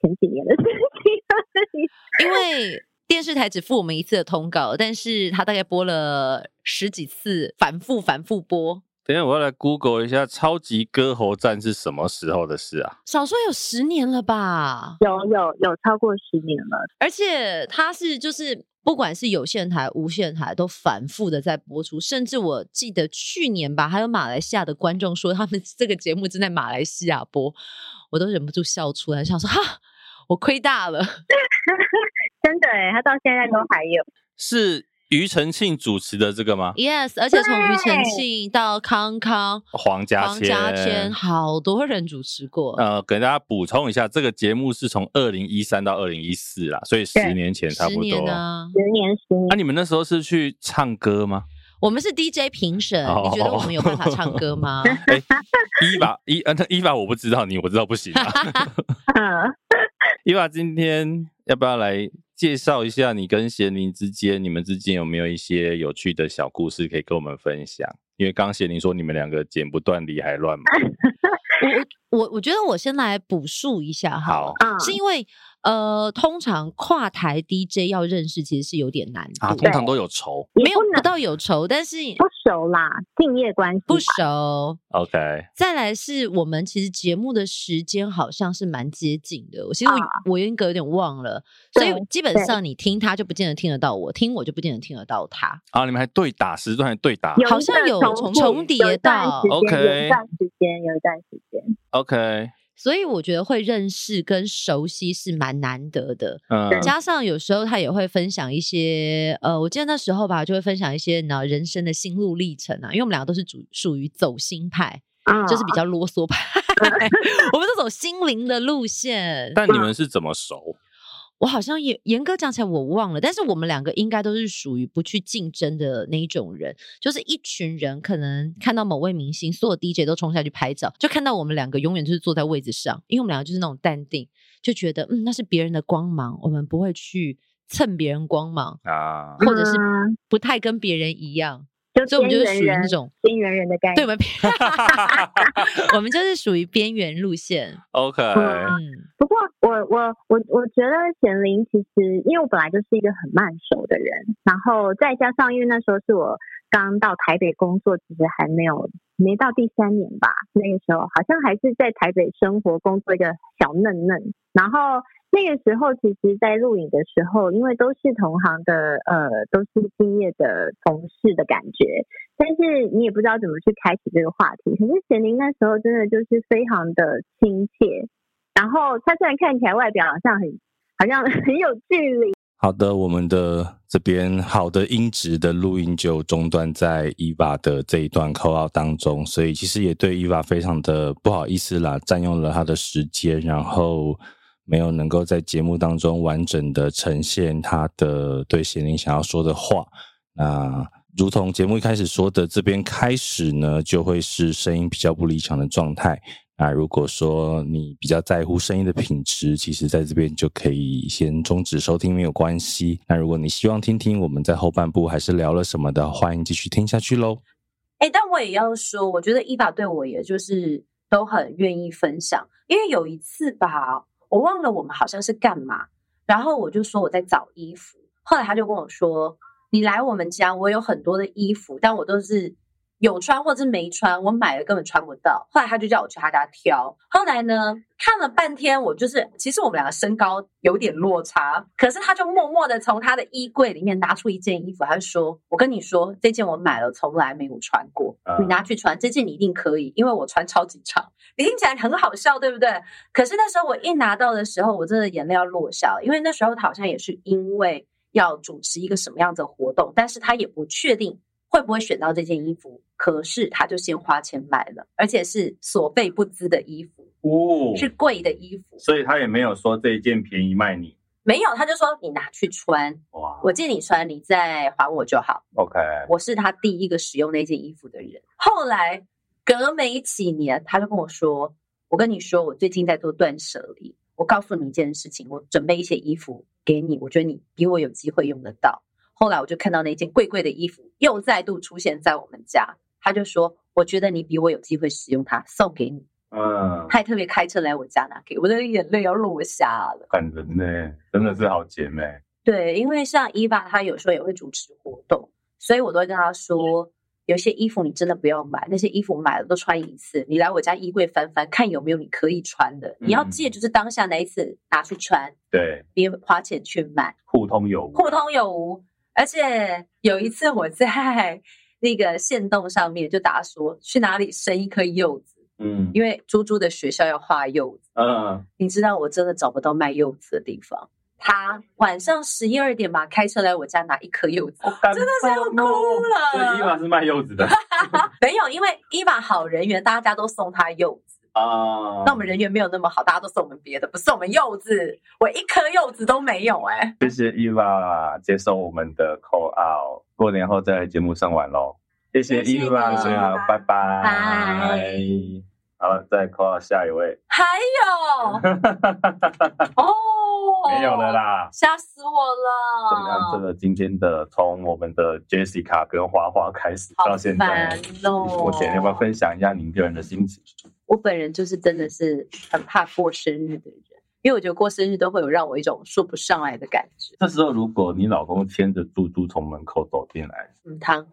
Speaker 3: 前几年的事情。
Speaker 2: 因为电视台只付我们一次的通告，但是他大概播了十几次，反复反复播。
Speaker 1: 等一下我要来 Google 一下超级歌喉战是什么时候的事啊？
Speaker 2: 少说有十年了吧？
Speaker 3: 有有有超过十年了，
Speaker 2: 而且它是就是不管是有线台、无线台都反复的在播出，甚至我记得去年吧，还有马来西亚的观众说他们这个节目正在马来西亚播，我都忍不住笑出来，想说哈，我亏大了。
Speaker 3: 真的哎，他到现在都还有。
Speaker 1: 是庾澄庆主持的这个吗？
Speaker 2: yes，而且从庾澄庆到康康、
Speaker 1: 黄家
Speaker 2: 黄
Speaker 1: 千，
Speaker 2: 家千，好多人主持过。
Speaker 1: 呃，给大家补充一下，这个节目是从二零一三到二零一四啦，所以十
Speaker 3: 对
Speaker 1: 年前差
Speaker 2: 十
Speaker 1: 不
Speaker 2: 年
Speaker 1: 多。
Speaker 2: 啊，
Speaker 3: 十年十
Speaker 1: 啊，
Speaker 3: 年，
Speaker 1: 你们那时候是去唱歌吗？
Speaker 2: 我们是 DJ 评审，
Speaker 1: 哦
Speaker 2: 你觉得我们有办法唱歌吗？
Speaker 1: 哎、伊娃伊呃，那伊娃我不知道你，我知道不行、啊。
Speaker 3: 嗯，
Speaker 1: 伊娃今天要不要来介绍一下你跟贤玲之间，你们之间有没有一些有趣的小故事可以跟我们分享？因为刚刚贤玲说你们两个剪不断理还乱嘛，
Speaker 2: 我我我觉得我先来补述一下好了，
Speaker 3: 好嗯
Speaker 2: 是因为呃，通常跨台 DJ 要认识其实是有点难度，
Speaker 1: 啊，通常都有仇。
Speaker 3: 也
Speaker 2: 没有
Speaker 3: 不
Speaker 2: 不
Speaker 3: 能
Speaker 2: 到有仇，但是
Speaker 3: 不熟啦，敬业关系
Speaker 2: 不熟。
Speaker 1: OK，
Speaker 2: 再来是我们其实节目的时间好像是蛮接近的，我其实我、
Speaker 3: 啊
Speaker 2: 我应该有点忘了，所以
Speaker 3: 对
Speaker 2: 基本
Speaker 3: 对
Speaker 2: 上你听他就不见得听得到我，听我就不见得听得到他。
Speaker 1: 啊，你们还对打，时段还对打。
Speaker 3: 有一
Speaker 2: 好像
Speaker 3: 个
Speaker 2: 有
Speaker 3: 重复
Speaker 2: 重叠
Speaker 3: 有一段
Speaker 2: 到
Speaker 3: 时间
Speaker 1: OK
Speaker 3: 有一段时间，有一段时间，
Speaker 1: OK，
Speaker 2: 所以我觉得会认识跟熟悉是蛮难得的，
Speaker 1: 嗯，
Speaker 2: 加上有时候他也会分享一些，呃，我记得那时候吧，就会分享一些你知道人生的心路历程啊，因为我们两个都是属属于走心派，
Speaker 3: 嗯，
Speaker 2: 就是比较啰嗦派， 我们都走心灵的路线。
Speaker 1: 但你们是怎么熟？
Speaker 2: 我好像也严格讲起来我忘了，但是我们两个应该都是属于不去竞争的那一种人，就是一群人可能看到某位明星，所有 DJ 都冲下去拍照，就看到我们两个永远就是坐在位置上，因为我们两个就是那种淡定，就觉得嗯那是别人的光芒，我们不会去蹭别人光芒，
Speaker 1: 啊，
Speaker 2: 或者是
Speaker 3: 嗯
Speaker 2: 不太跟别人一样，所
Speaker 3: 就
Speaker 2: 以我们
Speaker 3: 边
Speaker 2: 就是属
Speaker 3: 缘
Speaker 2: 于那
Speaker 3: 人，哎
Speaker 2: 种
Speaker 3: 边缘人的概
Speaker 2: 对我。
Speaker 3: 念
Speaker 2: 们 我们就是属于边缘路 线，
Speaker 1: OK，
Speaker 2: 嗯，
Speaker 3: 不过我我我我觉得贤玲其实，因为我本来就是一个很慢熟的人，然后再加上因为那时候是我刚到台北工作，其实还没有没到第三年吧，那个时候好像还是在台北生活工作一个小嫩嫩，然后。那个时候，其实，在录影的时候，因为都是同行的，呃，都是敬业的同事的感觉，但是你也不知道怎么去开启这个话题。可是贤玲那时候真的就是非常的亲切，然后他虽然看起来外表好像很好像很有距离，
Speaker 1: 好的，我们的这边好的音质的录音就中断在 Eva 的这一段扣号当中，所以其实也对 Eva 非常的不好意思啦，占用了她的时间，然后没有能够在节目当中完整的呈现她的对贤玲想要说的话。那如同节目一开始说的，这边开始呢就会是声音比较不理想的状态。那如果说你比较在乎声音的品质，其实在这边就可以先终止收听，没有关系。那如果你希望听听我们在后半部还是聊了什么的，欢迎继续听下去喽。
Speaker 2: 哎、但我也要说，我觉得伊爸对我也就是都很愿意分享，因为有一次吧，我忘了我们好像是干嘛，然后我就说我在找衣服，后来他就跟我说，你来我们家，我有很多的衣服，但我都是有穿或者是没穿，我买了根本穿不到。后来他就叫我去他家挑，后来呢看了半天，我就是其实我们两个身高有点落差，可是他就默默的从他的衣柜里面拿出一件衣服，他就说：“我跟你说，这件我买了，从来没有穿过
Speaker 1: 啊，
Speaker 2: 你拿去穿，这件你一定可以，因为我穿超级长。”你听起来很好笑，对不对？可是那时候我一拿到的时候，我真的眼泪要落下了，因为那时候他好像也是因为要主持一个什么样子的活动，但是他也不确定会不会选到这件衣服，可是他就先花钱买了，而且是所费不赀的衣服，
Speaker 1: 哦
Speaker 2: 是贵的衣服，
Speaker 1: 所以他也没有说这一件便宜卖你
Speaker 2: 没有，他就说你拿去穿，
Speaker 1: 哇
Speaker 2: 我借你穿，你再还我就好。
Speaker 1: OK，
Speaker 2: 我是他第一个使用那件衣服的人。后来隔没几年，他就跟我说：“我跟你说，我最近在做断舍离。我告诉你一件事情，我准备一些衣服给你，我觉得你比我有机会用得到。”后来我就看到那件贵贵的衣服又再度出现在我们家，他就说：“我觉得你比我有机会使用它，送给你。
Speaker 1: 嗯”
Speaker 2: 他还特别开车来我家拿给我，我的眼泪要落下了。
Speaker 1: 感人呢，真的是好姐妹。
Speaker 2: 对，因为像伊娃，她有时候也会主持活动，所以我都会跟她说，有些衣服你真的不要买，那些衣服买了都穿一次，你来我家衣柜翻翻，看有没有你可以穿的。你要
Speaker 6: 嗯
Speaker 2: 借就是当下那一次拿去穿，
Speaker 6: 对，
Speaker 2: 别花钱去买。
Speaker 6: 互通有无，
Speaker 2: 互通有无。而且有一次我在 那个线洞上面就打说去哪里生一颗柚子，
Speaker 6: 嗯，
Speaker 2: 因为猪猪的学校要画柚子，
Speaker 6: 嗯
Speaker 2: 你知道我真的找不到卖柚子的地方。他晚上十一二点吧，开车来我家拿一颗柚子，
Speaker 6: 真
Speaker 2: 真的是要哭了
Speaker 6: 哦所以伊娃是卖柚 子的
Speaker 2: 没有，因为伊娃好人缘，大家都送他柚子。
Speaker 6: 啊。
Speaker 2: 那我们人缘没有那么好，大家都送我们别的，不送我们柚子，我一颗柚子都没有哎、
Speaker 6: 谢谢伊娃接受我们的 call out，过年后再来节目上玩喽。谢谢
Speaker 2: 谢谢
Speaker 6: 伊娃
Speaker 2: 谢谢，
Speaker 6: 拜
Speaker 2: 拜
Speaker 6: 拜。好了，再 call out 下一位。
Speaker 2: 还有哦，
Speaker 6: 没有了，啦。
Speaker 2: 吓死我了！
Speaker 6: 怎么样？
Speaker 2: 哦
Speaker 6: 这个今天的从我们的 Jessica 跟花花开始
Speaker 2: 好
Speaker 6: 到现在嗯
Speaker 2: 烦，哦
Speaker 6: 我姐要不要分享一下您个人的心情？
Speaker 2: 我本人就是真的是很怕过生日的人，因为我觉得过生日都会有让我一种说不上来的感觉。
Speaker 6: 这时候如果你老公牵着猪猪从门口走进来，
Speaker 2: 嗯，汤，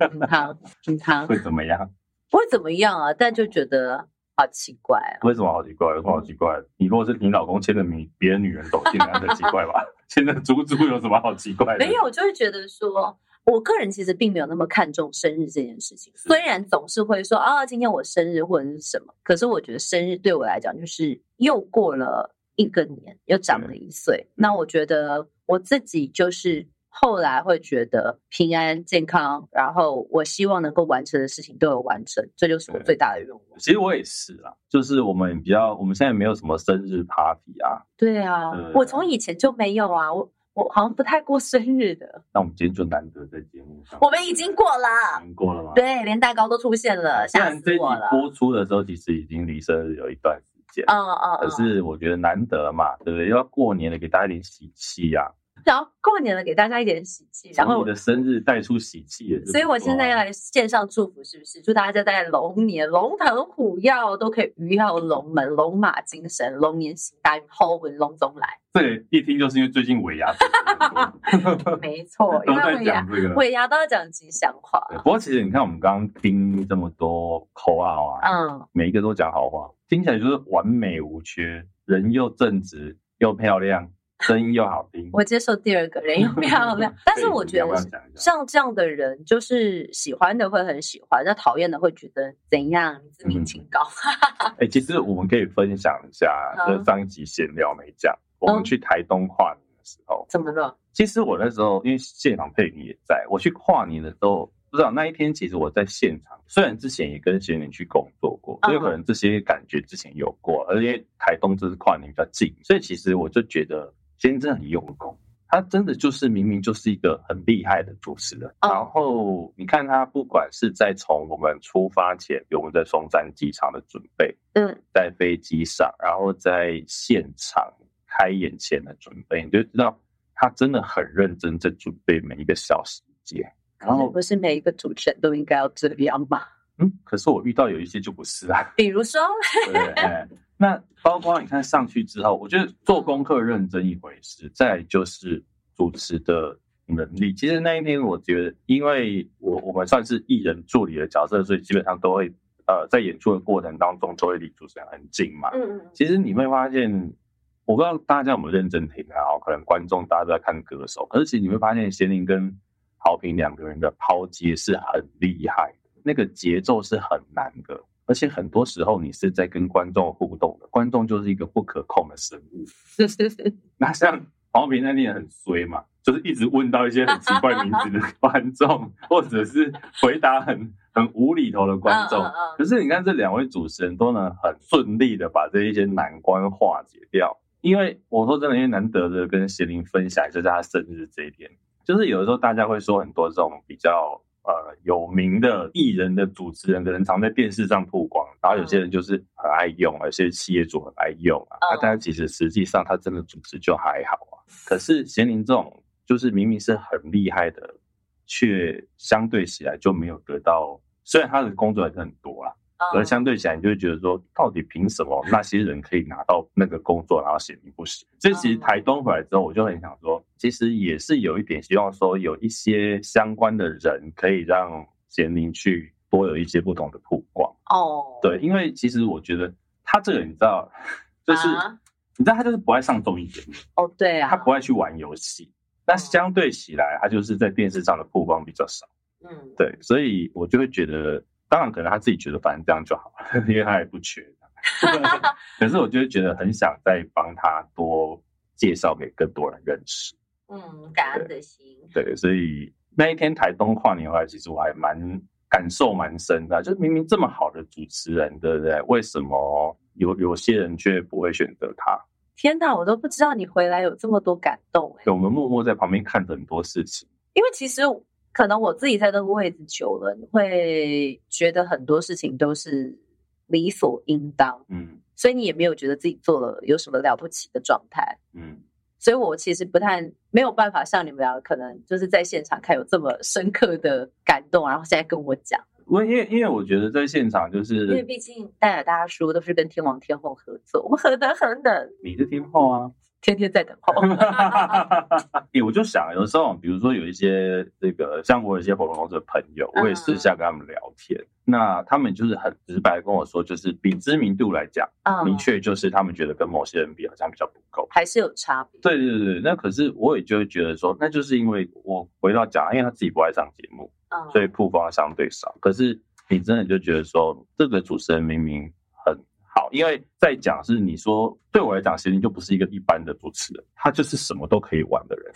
Speaker 2: 嗯汤，嗯汤，
Speaker 6: 会怎么样？
Speaker 2: 不会怎么样啊，但就觉得好奇怪啊。
Speaker 6: 为什么好奇怪？有什么好奇怪？你如果是你老公牵着你别的女人走进来，那才奇怪吧？ 牵着猪猪有什么好奇怪的？
Speaker 2: 没有，，我就会觉得说，我个人其实并没有那么看重生日这件事情。虽然总是会说啊，今天我生日或者是什么，可是我觉得生日对我来讲就是又过了一个年，又长
Speaker 6: 嗯
Speaker 2: 了一岁。那我觉得我自己就是。后来会觉得平安健康，然后我希望能够完成的事情都有完成，这就是我
Speaker 6: 对
Speaker 2: 最大的愿望。
Speaker 6: 其实我也是啦，就是我们比较，我们现在没有什么生日 party 啊，
Speaker 2: 对啊，
Speaker 6: 嗯
Speaker 2: 我从以前就没有啊，我我好像不太过生日的，
Speaker 6: 那我们今天就难得在节目上，
Speaker 2: 我们已经过了。
Speaker 6: 经过了吗？
Speaker 2: 对，连蛋糕都出现了，
Speaker 6: 虽
Speaker 2: 吓
Speaker 6: 然这
Speaker 2: 死
Speaker 6: 一集
Speaker 2: 我了。
Speaker 6: 播出的时候，其实已经离生日有一段时间，
Speaker 2: 嗯嗯，
Speaker 6: 可是我觉得难得嘛，对不对？又要过年了，给大家一点喜气呀、啊，
Speaker 2: 然后过年了，给大家一点喜气，然
Speaker 6: 从
Speaker 2: 后
Speaker 6: 你的生日带出喜气也是不错
Speaker 2: 所
Speaker 6: 啊。
Speaker 2: 以我现在要来线上祝福，是不是？祝大家在龙年龙腾虎跃，都可以鱼跃龙门，龙马精神，龙年行大运，猴文龙总来。
Speaker 6: 这个一听就是因为最近 尾牙
Speaker 2: 没错，因
Speaker 6: 都
Speaker 2: 为尾
Speaker 6: 在
Speaker 2: 牙
Speaker 6: 讲这个。
Speaker 2: 尾牙都要讲吉祥话。
Speaker 6: 对不过其实你看，我们刚刚听这么多口号啊，
Speaker 2: 嗯，
Speaker 6: 每一个都讲好话，听起来就是完美无缺，人又正直又漂亮，声音又好 听。，
Speaker 2: 我接受第二个人又漂亮 但是我觉
Speaker 6: 所以你要不
Speaker 2: 得
Speaker 6: 要
Speaker 2: 是
Speaker 6: 讲一下
Speaker 2: 像这样的人，就是喜欢的会很喜欢，那讨厌的会觉得怎样？你自
Speaker 6: 嗯
Speaker 2: 命清高。
Speaker 6: 哎、其实我们可以分享一下，
Speaker 2: 好
Speaker 6: 这上一集闲聊没讲，我们
Speaker 2: 嗯
Speaker 6: 去台东跨年的时候，
Speaker 2: 怎么了？
Speaker 6: 其实我那时候因为现场配音也在，我去跨年的时候，不知道那一天其实我在现场，虽然之前也跟贤玲去工作过，
Speaker 2: 嗯
Speaker 6: 所以可能这些感觉之前有过，而且台东这次跨年比较近，所以其实我就觉得贤玲真的很用功。他真的就是明明就是一个很厉害的主持人，
Speaker 2: 嗯
Speaker 6: 然后你看他不管是在从我们出发前，比如我们在松山机场的准备，
Speaker 2: 嗯，
Speaker 6: 在飞机上，然后在现场开演前的准备，你就知道他真的很认真在准备每一个小细节。然后
Speaker 2: 不是每一个主持人都应该要这样吧？
Speaker 6: 嗯，可是我遇到有一些就不是啊，
Speaker 2: 比如 说，
Speaker 6: 对不对？哎那包括你看上去之后，我觉得做功课认真一回事，再来就是主持的能力。其实那一天，我觉得，因为我我们算是艺人助理的角色，所以基本上都会呃在演出的过程当中，都会离主持人很近嘛。
Speaker 2: 嗯嗯，
Speaker 6: 其实你会发现，我不知道大家有没有认真听啊，可能观众大家都在看歌手，可是其实你会发现贤玲跟豪平两个人的抛接是很厉害的，那个节奏是很难的。而且很多时候你是在跟观众互动的，观众就是一个不可控的生物。那像黄平那天也很衰嘛，就是一直问到一些很奇怪名字的 观众，或者是回答很很无厘头的观众
Speaker 2: 嗯嗯嗯。
Speaker 6: 可是你看这两位主持人都能很顺利的把这一些难关化解掉。因为我说真的，因为难得的跟贤玲分享，就是她生日这一天，就是有的时候大家会说很多这种比较呃有名的艺人的主持人，可能常在电视上曝光，然后有些人就是很爱用，有些企业主很爱用啊。那、
Speaker 2: 嗯
Speaker 6: 但其实实际上他真的主持就还好啊。可是贤玲这种就是明明是很厉害的，却相对起来就没有得到，虽然他的工作还是很多啦，
Speaker 2: 嗯
Speaker 6: 可是相对起来，你就会觉得说，到底凭什么那些人可以拿到那个工作，然后显明不行？所以其实
Speaker 2: 嗯
Speaker 6: 台东回来之后，我就很想说，其实也是有一点希望说，有一些相关的人可以让贤宁去多有一些不同的曝光。
Speaker 2: 哦，
Speaker 6: 对，因为其实我觉得他这个人，你知道，就是、
Speaker 2: 啊
Speaker 6: 你知道他就是不爱上综艺节目，
Speaker 2: 哦，对啊，嗯
Speaker 6: 他不爱去玩游戏。但是相对起来，他就是在电视上的曝光比较少。
Speaker 2: 嗯，
Speaker 6: 对，所以我就会觉得，当然可能他自己觉得反正这样就好了， 因为他也不缺。可是我就会觉得很想再帮他多介绍给更多人认识。
Speaker 2: 嗯，感恩的心，
Speaker 6: 对，所以那一天台东跨年回来，其实我还蛮感受蛮深的啊，就是明明这么好的主持人，对不对？为什么有有些人却不会选择他？
Speaker 2: 天哪，我都不知道你回来有这么多感动哎、
Speaker 6: 对我们默默在旁边看着很多事情。
Speaker 2: 因为其实可能我自己在那个位置久了，你会觉得很多事情都是理所应当，
Speaker 6: 嗯
Speaker 2: 所以你也没有觉得自己做了有什么了不起的状态。
Speaker 6: 嗯，
Speaker 2: 所以我其实不太没有办法像你们俩可能就是在现场看有这么深刻的感动，然后现在跟我讲，
Speaker 6: 我因为因为我觉得在现场就
Speaker 2: 因为
Speaker 6: 是
Speaker 2: 毕竟戴尔大叔都是跟天王天后合作，我们何德何能，
Speaker 6: 你是天后啊，
Speaker 2: 天天在等候。
Speaker 6: 欸我就想有时候，比如说有一些这个，像我有一些火龙公司的朋友，我
Speaker 2: 嗯
Speaker 6: 也私下跟他们聊天，那他们就是很直白地跟我说，就是比知名度来讲，
Speaker 2: 嗯
Speaker 6: 的确就是他们觉得跟某些人比好像比较不够。
Speaker 2: 还是有差别。
Speaker 6: 对对对，那可是我也就会觉得说，那就是因为我回到讲，因为他自己不爱上节目，
Speaker 2: 嗯，
Speaker 6: 所以曝光相对少。可是你真的就觉得说，这个主持人明明很好，因为在讲是你说对我来讲，其实你就不是一个一般的主持人，他就是什么都可以玩的人。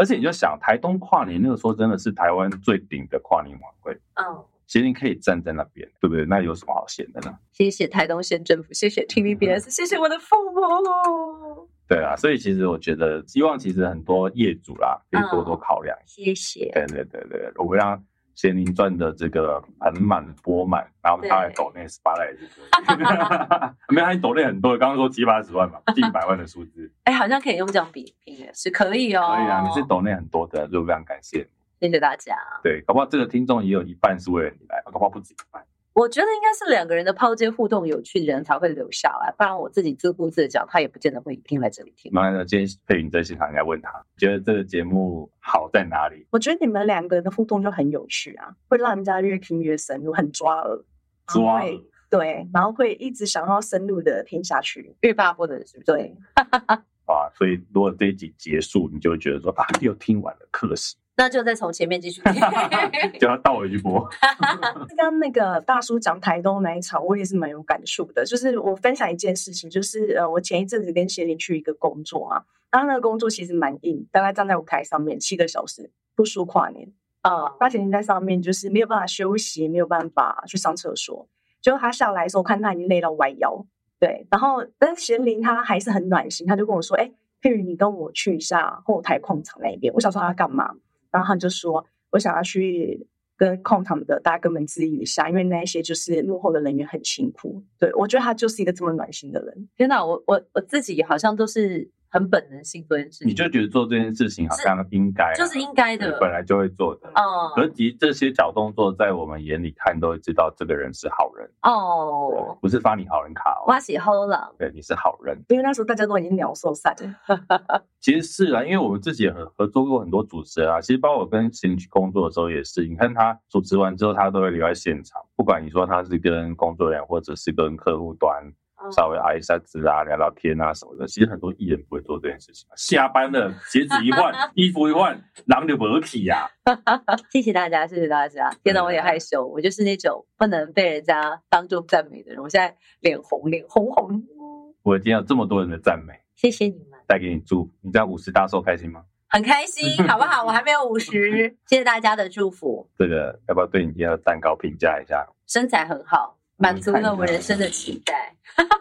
Speaker 6: 而且你就想，台东跨年那个时候真的是台湾最顶的跨年晚会，
Speaker 2: 嗯，
Speaker 6: 其实你可以站在那边，对不对？那有什么好闲的呢？
Speaker 2: 谢谢台东县政府，谢谢
Speaker 6: 嗯
Speaker 2: TVBS，谢谢我的父母，
Speaker 6: 对啊，所以其实我觉得，希望其实很多业主啦，可以多多考量。
Speaker 2: 谢谢。
Speaker 6: 对对对对，我们让咸宁赚的这个盆满钵满，然后他来抖那十八来也是可以， 没有他抖那很多，刚刚说七八十万嘛，近百万的数字，
Speaker 2: 哎，好像可以用这样比拼耶，是可以哦。
Speaker 6: 可以啊，你是抖那很多的，就非常感谢你。
Speaker 2: 谢谢大家。
Speaker 6: 对，搞不好这个听众也有一半是为了你来，搞不好不止一半。
Speaker 2: 我觉得应该是两个人的抛接互动有趣，人才会留下来，不然我自己自顾自的讲，他也不见得会一定来这里听。
Speaker 6: 麻烦今天佩云在现场应该问他，觉得这个节目好在哪里？
Speaker 4: 我觉得你们两个人的互动就很有趣啊，会让人家越听越深入，很抓耳，然后
Speaker 6: 抓
Speaker 4: 会对，然后会一直想要深入的听下去。
Speaker 2: 欲罢不能，是不是？
Speaker 4: 对，
Speaker 6: 啊！所以如果这一集结束，你就会觉得说啊，又听完了课 时，
Speaker 2: 那就再从前面继续
Speaker 6: 就 要倒回去播。
Speaker 4: 刚刚那个大叔讲台东那一场，我也是蛮有感触的。就是我分享一件事情，就是呃，我前一阵子跟协林去一个工作嘛，然后那个工作其实蛮硬，大概站在舞台上面七个小时，不输跨年。
Speaker 2: 啊。
Speaker 4: 八贤在上面就是没有办法休息，没有办法去上厕所。结果他下来的时候，看他已经累到弯腰。对，然后但是贤玲她还是很暖心，她就跟我说：“哎、佩瑜，你跟我去一下后台控场那边。”我想说他干嘛，然后他就说：“我想要去跟控场的大哥们致意一下，因为那一些就是幕后的人员很辛苦。对”我觉得他就是一个这么暖心的人。
Speaker 2: 天哪，我我我自己好像都是很本能性做件事情，
Speaker 6: 你就觉得做这件事情好像应该啊、
Speaker 2: 就是应该
Speaker 6: 对
Speaker 2: 的。
Speaker 6: 本来就会做的。
Speaker 2: 哦
Speaker 6: 可是其实这些小动作，在我们眼里看都会知道这个人是好人，
Speaker 2: 哦，
Speaker 6: 不是发你好人卡哦
Speaker 2: 我。是好人，
Speaker 6: 对，你是好人，
Speaker 4: 因为那时候大家都已经鸟兽散了，
Speaker 6: 其实是啊，因为我们自己也合合作过很多主持人啊，其实包括我跟贤去工作的时候也是，你看他主持完之后，他都会留在现场，不管你说他是跟工作人员或者是跟客户端
Speaker 2: 哦
Speaker 6: 稍微挨一下子啊、聊聊天啊什么的，其实很多艺人不会做这件事情啊。下班了，鞋子一换，衣服一换，狼就啊不起呀、
Speaker 2: 谢谢大家，谢谢大家。天哪，
Speaker 6: 对
Speaker 2: 我也害羞，我就是那种不能被人家当众赞美的人。我现在脸红，脸红红。
Speaker 6: 我今天有这么多人的赞美，
Speaker 2: 谢谢你们，
Speaker 6: 带给你祝福，你在五十大寿开心吗？
Speaker 2: 很开心，好不好？我还没有五十，谢谢大家的祝福，
Speaker 6: 这个要不要对你今天的蛋糕评价一下？
Speaker 2: 身材很好，满足
Speaker 6: 我看
Speaker 2: 了
Speaker 6: 一下
Speaker 2: 我人生的期待。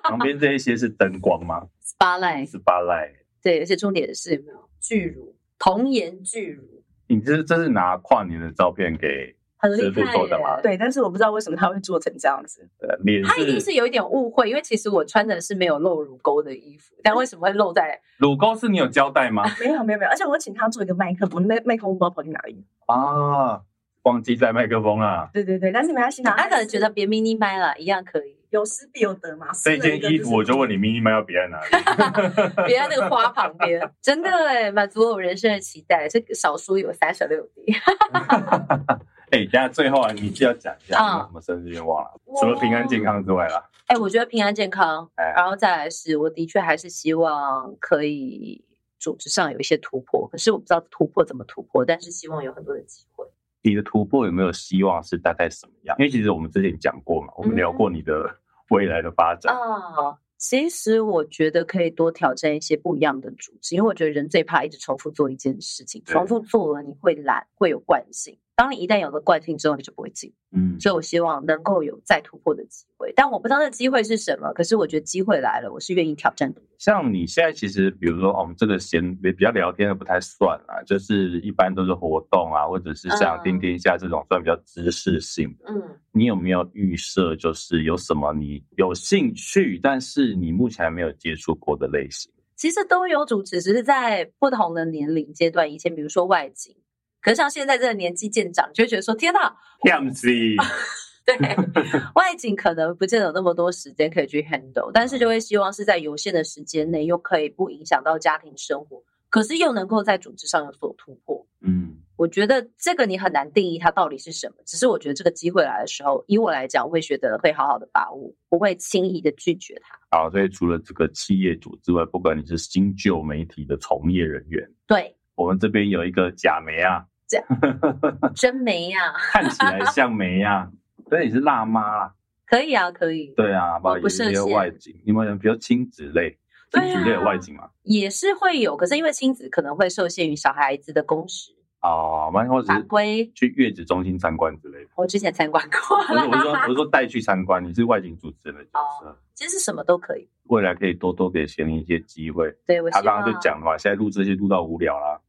Speaker 6: 旁边这一些是灯光吗？
Speaker 2: Spotlight，
Speaker 6: 是巴赖，
Speaker 2: 对，而且重点是有没有巨乳，童颜巨乳，
Speaker 6: 你这这是拿跨年的照片给
Speaker 2: 很厉
Speaker 6: 师傅
Speaker 2: 害
Speaker 6: 做的吗
Speaker 2: 耶。
Speaker 4: 对，但是我不知道为什么他会做成这样子。
Speaker 6: 呃脸
Speaker 2: 他一定
Speaker 6: 是
Speaker 2: 是有一点误会，因为其实我穿的是没有露乳沟的衣服，但为什么会露在？
Speaker 6: 乳沟是你有交代吗？
Speaker 4: 没有没有没有，而且我请他做一个麦克风，麦麦克风不知道跑去哪里了。
Speaker 6: 啊，忘记带麦克风啦。
Speaker 4: 对对对，但是没关系啦，
Speaker 2: 他可能觉得别 mini 麦了，一样可以。
Speaker 4: 有失必有得嘛。
Speaker 6: 这件衣服我就问你，迷你麦要别在哪 里？
Speaker 2: 别在那个花旁边， 欸真的哎，满足了我人生的期待。这个少数有三十六滴，
Speaker 6: 哎，等一下最后啊，你就要讲一下
Speaker 2: 嗯
Speaker 6: 你有什么生日愿望了，除了平安健康之外啦，
Speaker 2: 哎、我觉得平安健康，
Speaker 6: 哎
Speaker 2: 然后再来是我的确还是希望可以组织上有一些突破，可是我不知道突破怎么突破，但是希望有很多的机会。
Speaker 6: 你的突破有没有希望是大概什么样？因为其实我们之前讲过嘛，我
Speaker 2: 嗯
Speaker 6: 们聊过你的未来的发展，
Speaker 2: 啊，其实我觉得可以多挑战一些不一样的主旨，因为我觉得人最怕一直重复做一件事情，重
Speaker 6: 对
Speaker 2: 复做了你会懒，会有惯性。当你一旦有了惯性之后，你就不会进步。
Speaker 6: 嗯，
Speaker 2: 所以我希望能够有再突破的机会，但我不知道那机会是什么。可是我觉得机会来了，我是愿意挑战的。
Speaker 6: 像你现在其实，比如说哦我们这个闲比较聊天的不太算啦，就是一般都是活动啊，或者是像
Speaker 2: 嗯
Speaker 6: 听天下这种算比较知识性的。
Speaker 2: 嗯，
Speaker 6: 你有没有预设，就是有什么你有兴趣，但是你目前还没有接触过的类型？
Speaker 2: 其实都有主旨，只是在不同的年龄阶段。以前比如说外景，可是像现在这个年纪渐长，就会觉得说天呐，
Speaker 6: 样子，
Speaker 2: 对外景可能不见得有那么多时间可以去 handle，但是就会希望是在有限的时间内，又可以不影响到家庭生活，可是又能够在组织上有所突破。
Speaker 6: 嗯，
Speaker 2: 我觉得这个你很难定义它到底是什么，只是我觉得这个机会来的时候，以我来讲，我会觉得会好好的把握，不会轻易的拒绝它。
Speaker 6: 好，所以除了这个企业主之外，不管你是新旧媒体的从业人员，
Speaker 2: 对，
Speaker 6: 我们这边有一个假媒啊，
Speaker 2: 假真没啊呀、
Speaker 6: 看起来像媒啊，但你是辣妈啦，
Speaker 2: 可以啊，可以，
Speaker 6: 对啊，包括
Speaker 2: 我
Speaker 6: 有
Speaker 2: 不
Speaker 6: 一些
Speaker 2: 设限
Speaker 6: 外景，你们比较亲子类，亲
Speaker 2: 对啊
Speaker 6: 子类有外景嘛？
Speaker 2: 也是会有，可是因为亲子可能会受限于小孩子的工时
Speaker 6: 哦，蛮或者
Speaker 2: 法
Speaker 6: 是
Speaker 2: 规，
Speaker 6: 去月子中心参观之类的。
Speaker 2: 我之前参观过
Speaker 6: 我是我是说我是说带去参观，你是外景主持人的角色，
Speaker 2: 其实什么都可以。
Speaker 6: 未来可以多多给贤玲一些机会。
Speaker 2: 对我
Speaker 6: 他
Speaker 2: 希
Speaker 6: 刚
Speaker 2: 望啊
Speaker 6: 刚就讲了嘛，现在录这些录到无聊啦，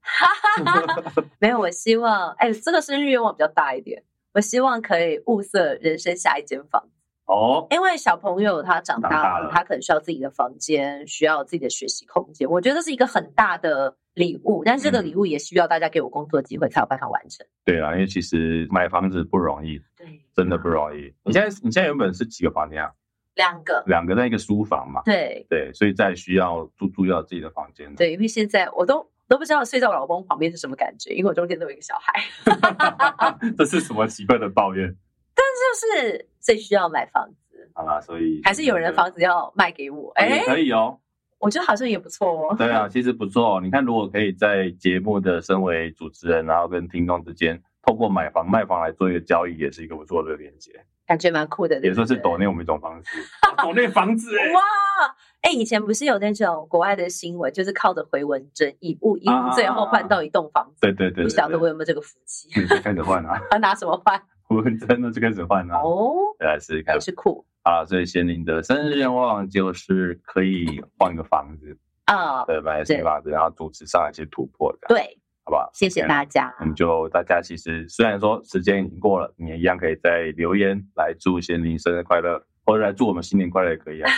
Speaker 2: 没有，我希望哎，这个生日愿望比较大一点。我希望可以物色人生下一间房，
Speaker 6: 哦，
Speaker 2: 因为小朋友他长
Speaker 6: 长大
Speaker 2: 大
Speaker 6: 了
Speaker 2: 了，他可能需要自己的房间，需要自己的学习空间。我觉得这是一个很大的礼物，但是这个
Speaker 6: 嗯
Speaker 2: 礼物也需要大家给我工作机会才有办法完成。
Speaker 6: 对啦，因为其实买房子不容易，
Speaker 2: 对，
Speaker 6: 真的不容易。你现在你现在原本是几个房间啊？
Speaker 2: 两个，
Speaker 6: 两个在一个书房嘛，
Speaker 2: 对
Speaker 6: 对，所以在需要住住要自己的房间。，
Speaker 2: 对，因为现在我都都不知道睡在我老公旁边是什么感觉，因为我中间都有一个小孩。
Speaker 6: 这是什么奇怪的抱怨
Speaker 2: 但是就是最需要买房子，
Speaker 6: 好啦，所以
Speaker 2: 还是有人房子要卖给我，
Speaker 6: 哎、
Speaker 2: 哎、
Speaker 6: 可以哦。
Speaker 2: 我觉得好像也不错哦。
Speaker 6: 对啊，其实不错哦。你看，如果可以在节目的身为主持人，然后跟听众之间，透过买房卖房来做一个交易，也是一个不错的连接，
Speaker 2: 感觉蛮酷的，对
Speaker 6: 也
Speaker 2: 不
Speaker 6: 算是
Speaker 2: 对
Speaker 6: 抖内我们一种方式。哦抖内房子哎、
Speaker 2: 哇！哎、以前不是有那种国外的新闻，就是靠着回文针一物一
Speaker 6: 啊
Speaker 2: 物，最后换到一栋房子。
Speaker 6: 对对对对
Speaker 2: 不晓得我
Speaker 6: 对
Speaker 2: 有没有这个福气，
Speaker 6: 你就开始换啊，
Speaker 2: 要拿什么换？
Speaker 6: 我们真的就开始换啊。
Speaker 2: 哦，
Speaker 6: 对啊，试试看
Speaker 2: 也是酷
Speaker 6: 啊。所以贤玲的生日愿望就是可以换个房子，
Speaker 2: 啊！
Speaker 6: 对，买新房子，然后组织上有一些突破，这样
Speaker 2: 对，
Speaker 6: 好不好？
Speaker 2: 谢谢大家。
Speaker 6: 我们就大家其实虽然说时间已经过了，你也一样可以在留言来祝贤玲生日快乐，或者来祝我们新年快乐也 可以啊。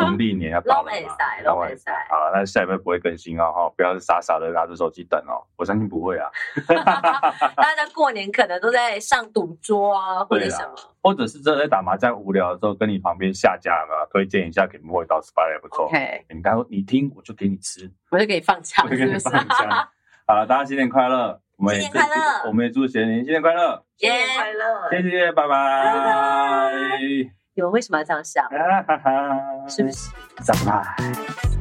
Speaker 6: 农历年要到了
Speaker 2: 龙尾
Speaker 6: 嘛
Speaker 2: 赛，
Speaker 6: 然
Speaker 2: 龙
Speaker 6: 后
Speaker 2: 尾赛，
Speaker 6: 好了，那下礼拜不会更新哦，哈，不要傻傻的拿着手机等哦，我相信不会啊。
Speaker 2: 大家过年可能都在上赌桌啊，或者
Speaker 6: 啊对啦
Speaker 2: 什么。
Speaker 6: 或者是真的在打麻将无聊的时候，跟你旁边下家有没有推荐一下给莫一道 spy 也不错。欸
Speaker 2: OK，
Speaker 6: 你刚你听我就给你吃，
Speaker 2: 我就给你放
Speaker 6: 我
Speaker 2: 枪，
Speaker 6: 就是给你
Speaker 2: 不是
Speaker 6: 放？假。好了，大家新年快乐！我们也
Speaker 2: 新年快乐
Speaker 6: 祝我们也祝贤玲新年快乐。
Speaker 2: 耶！
Speaker 4: 乐
Speaker 6: 谢谢，拜拜。
Speaker 2: 你们为什么要这样想？
Speaker 6: 哈哈哈，
Speaker 2: 是不？是？
Speaker 6: 拜拜。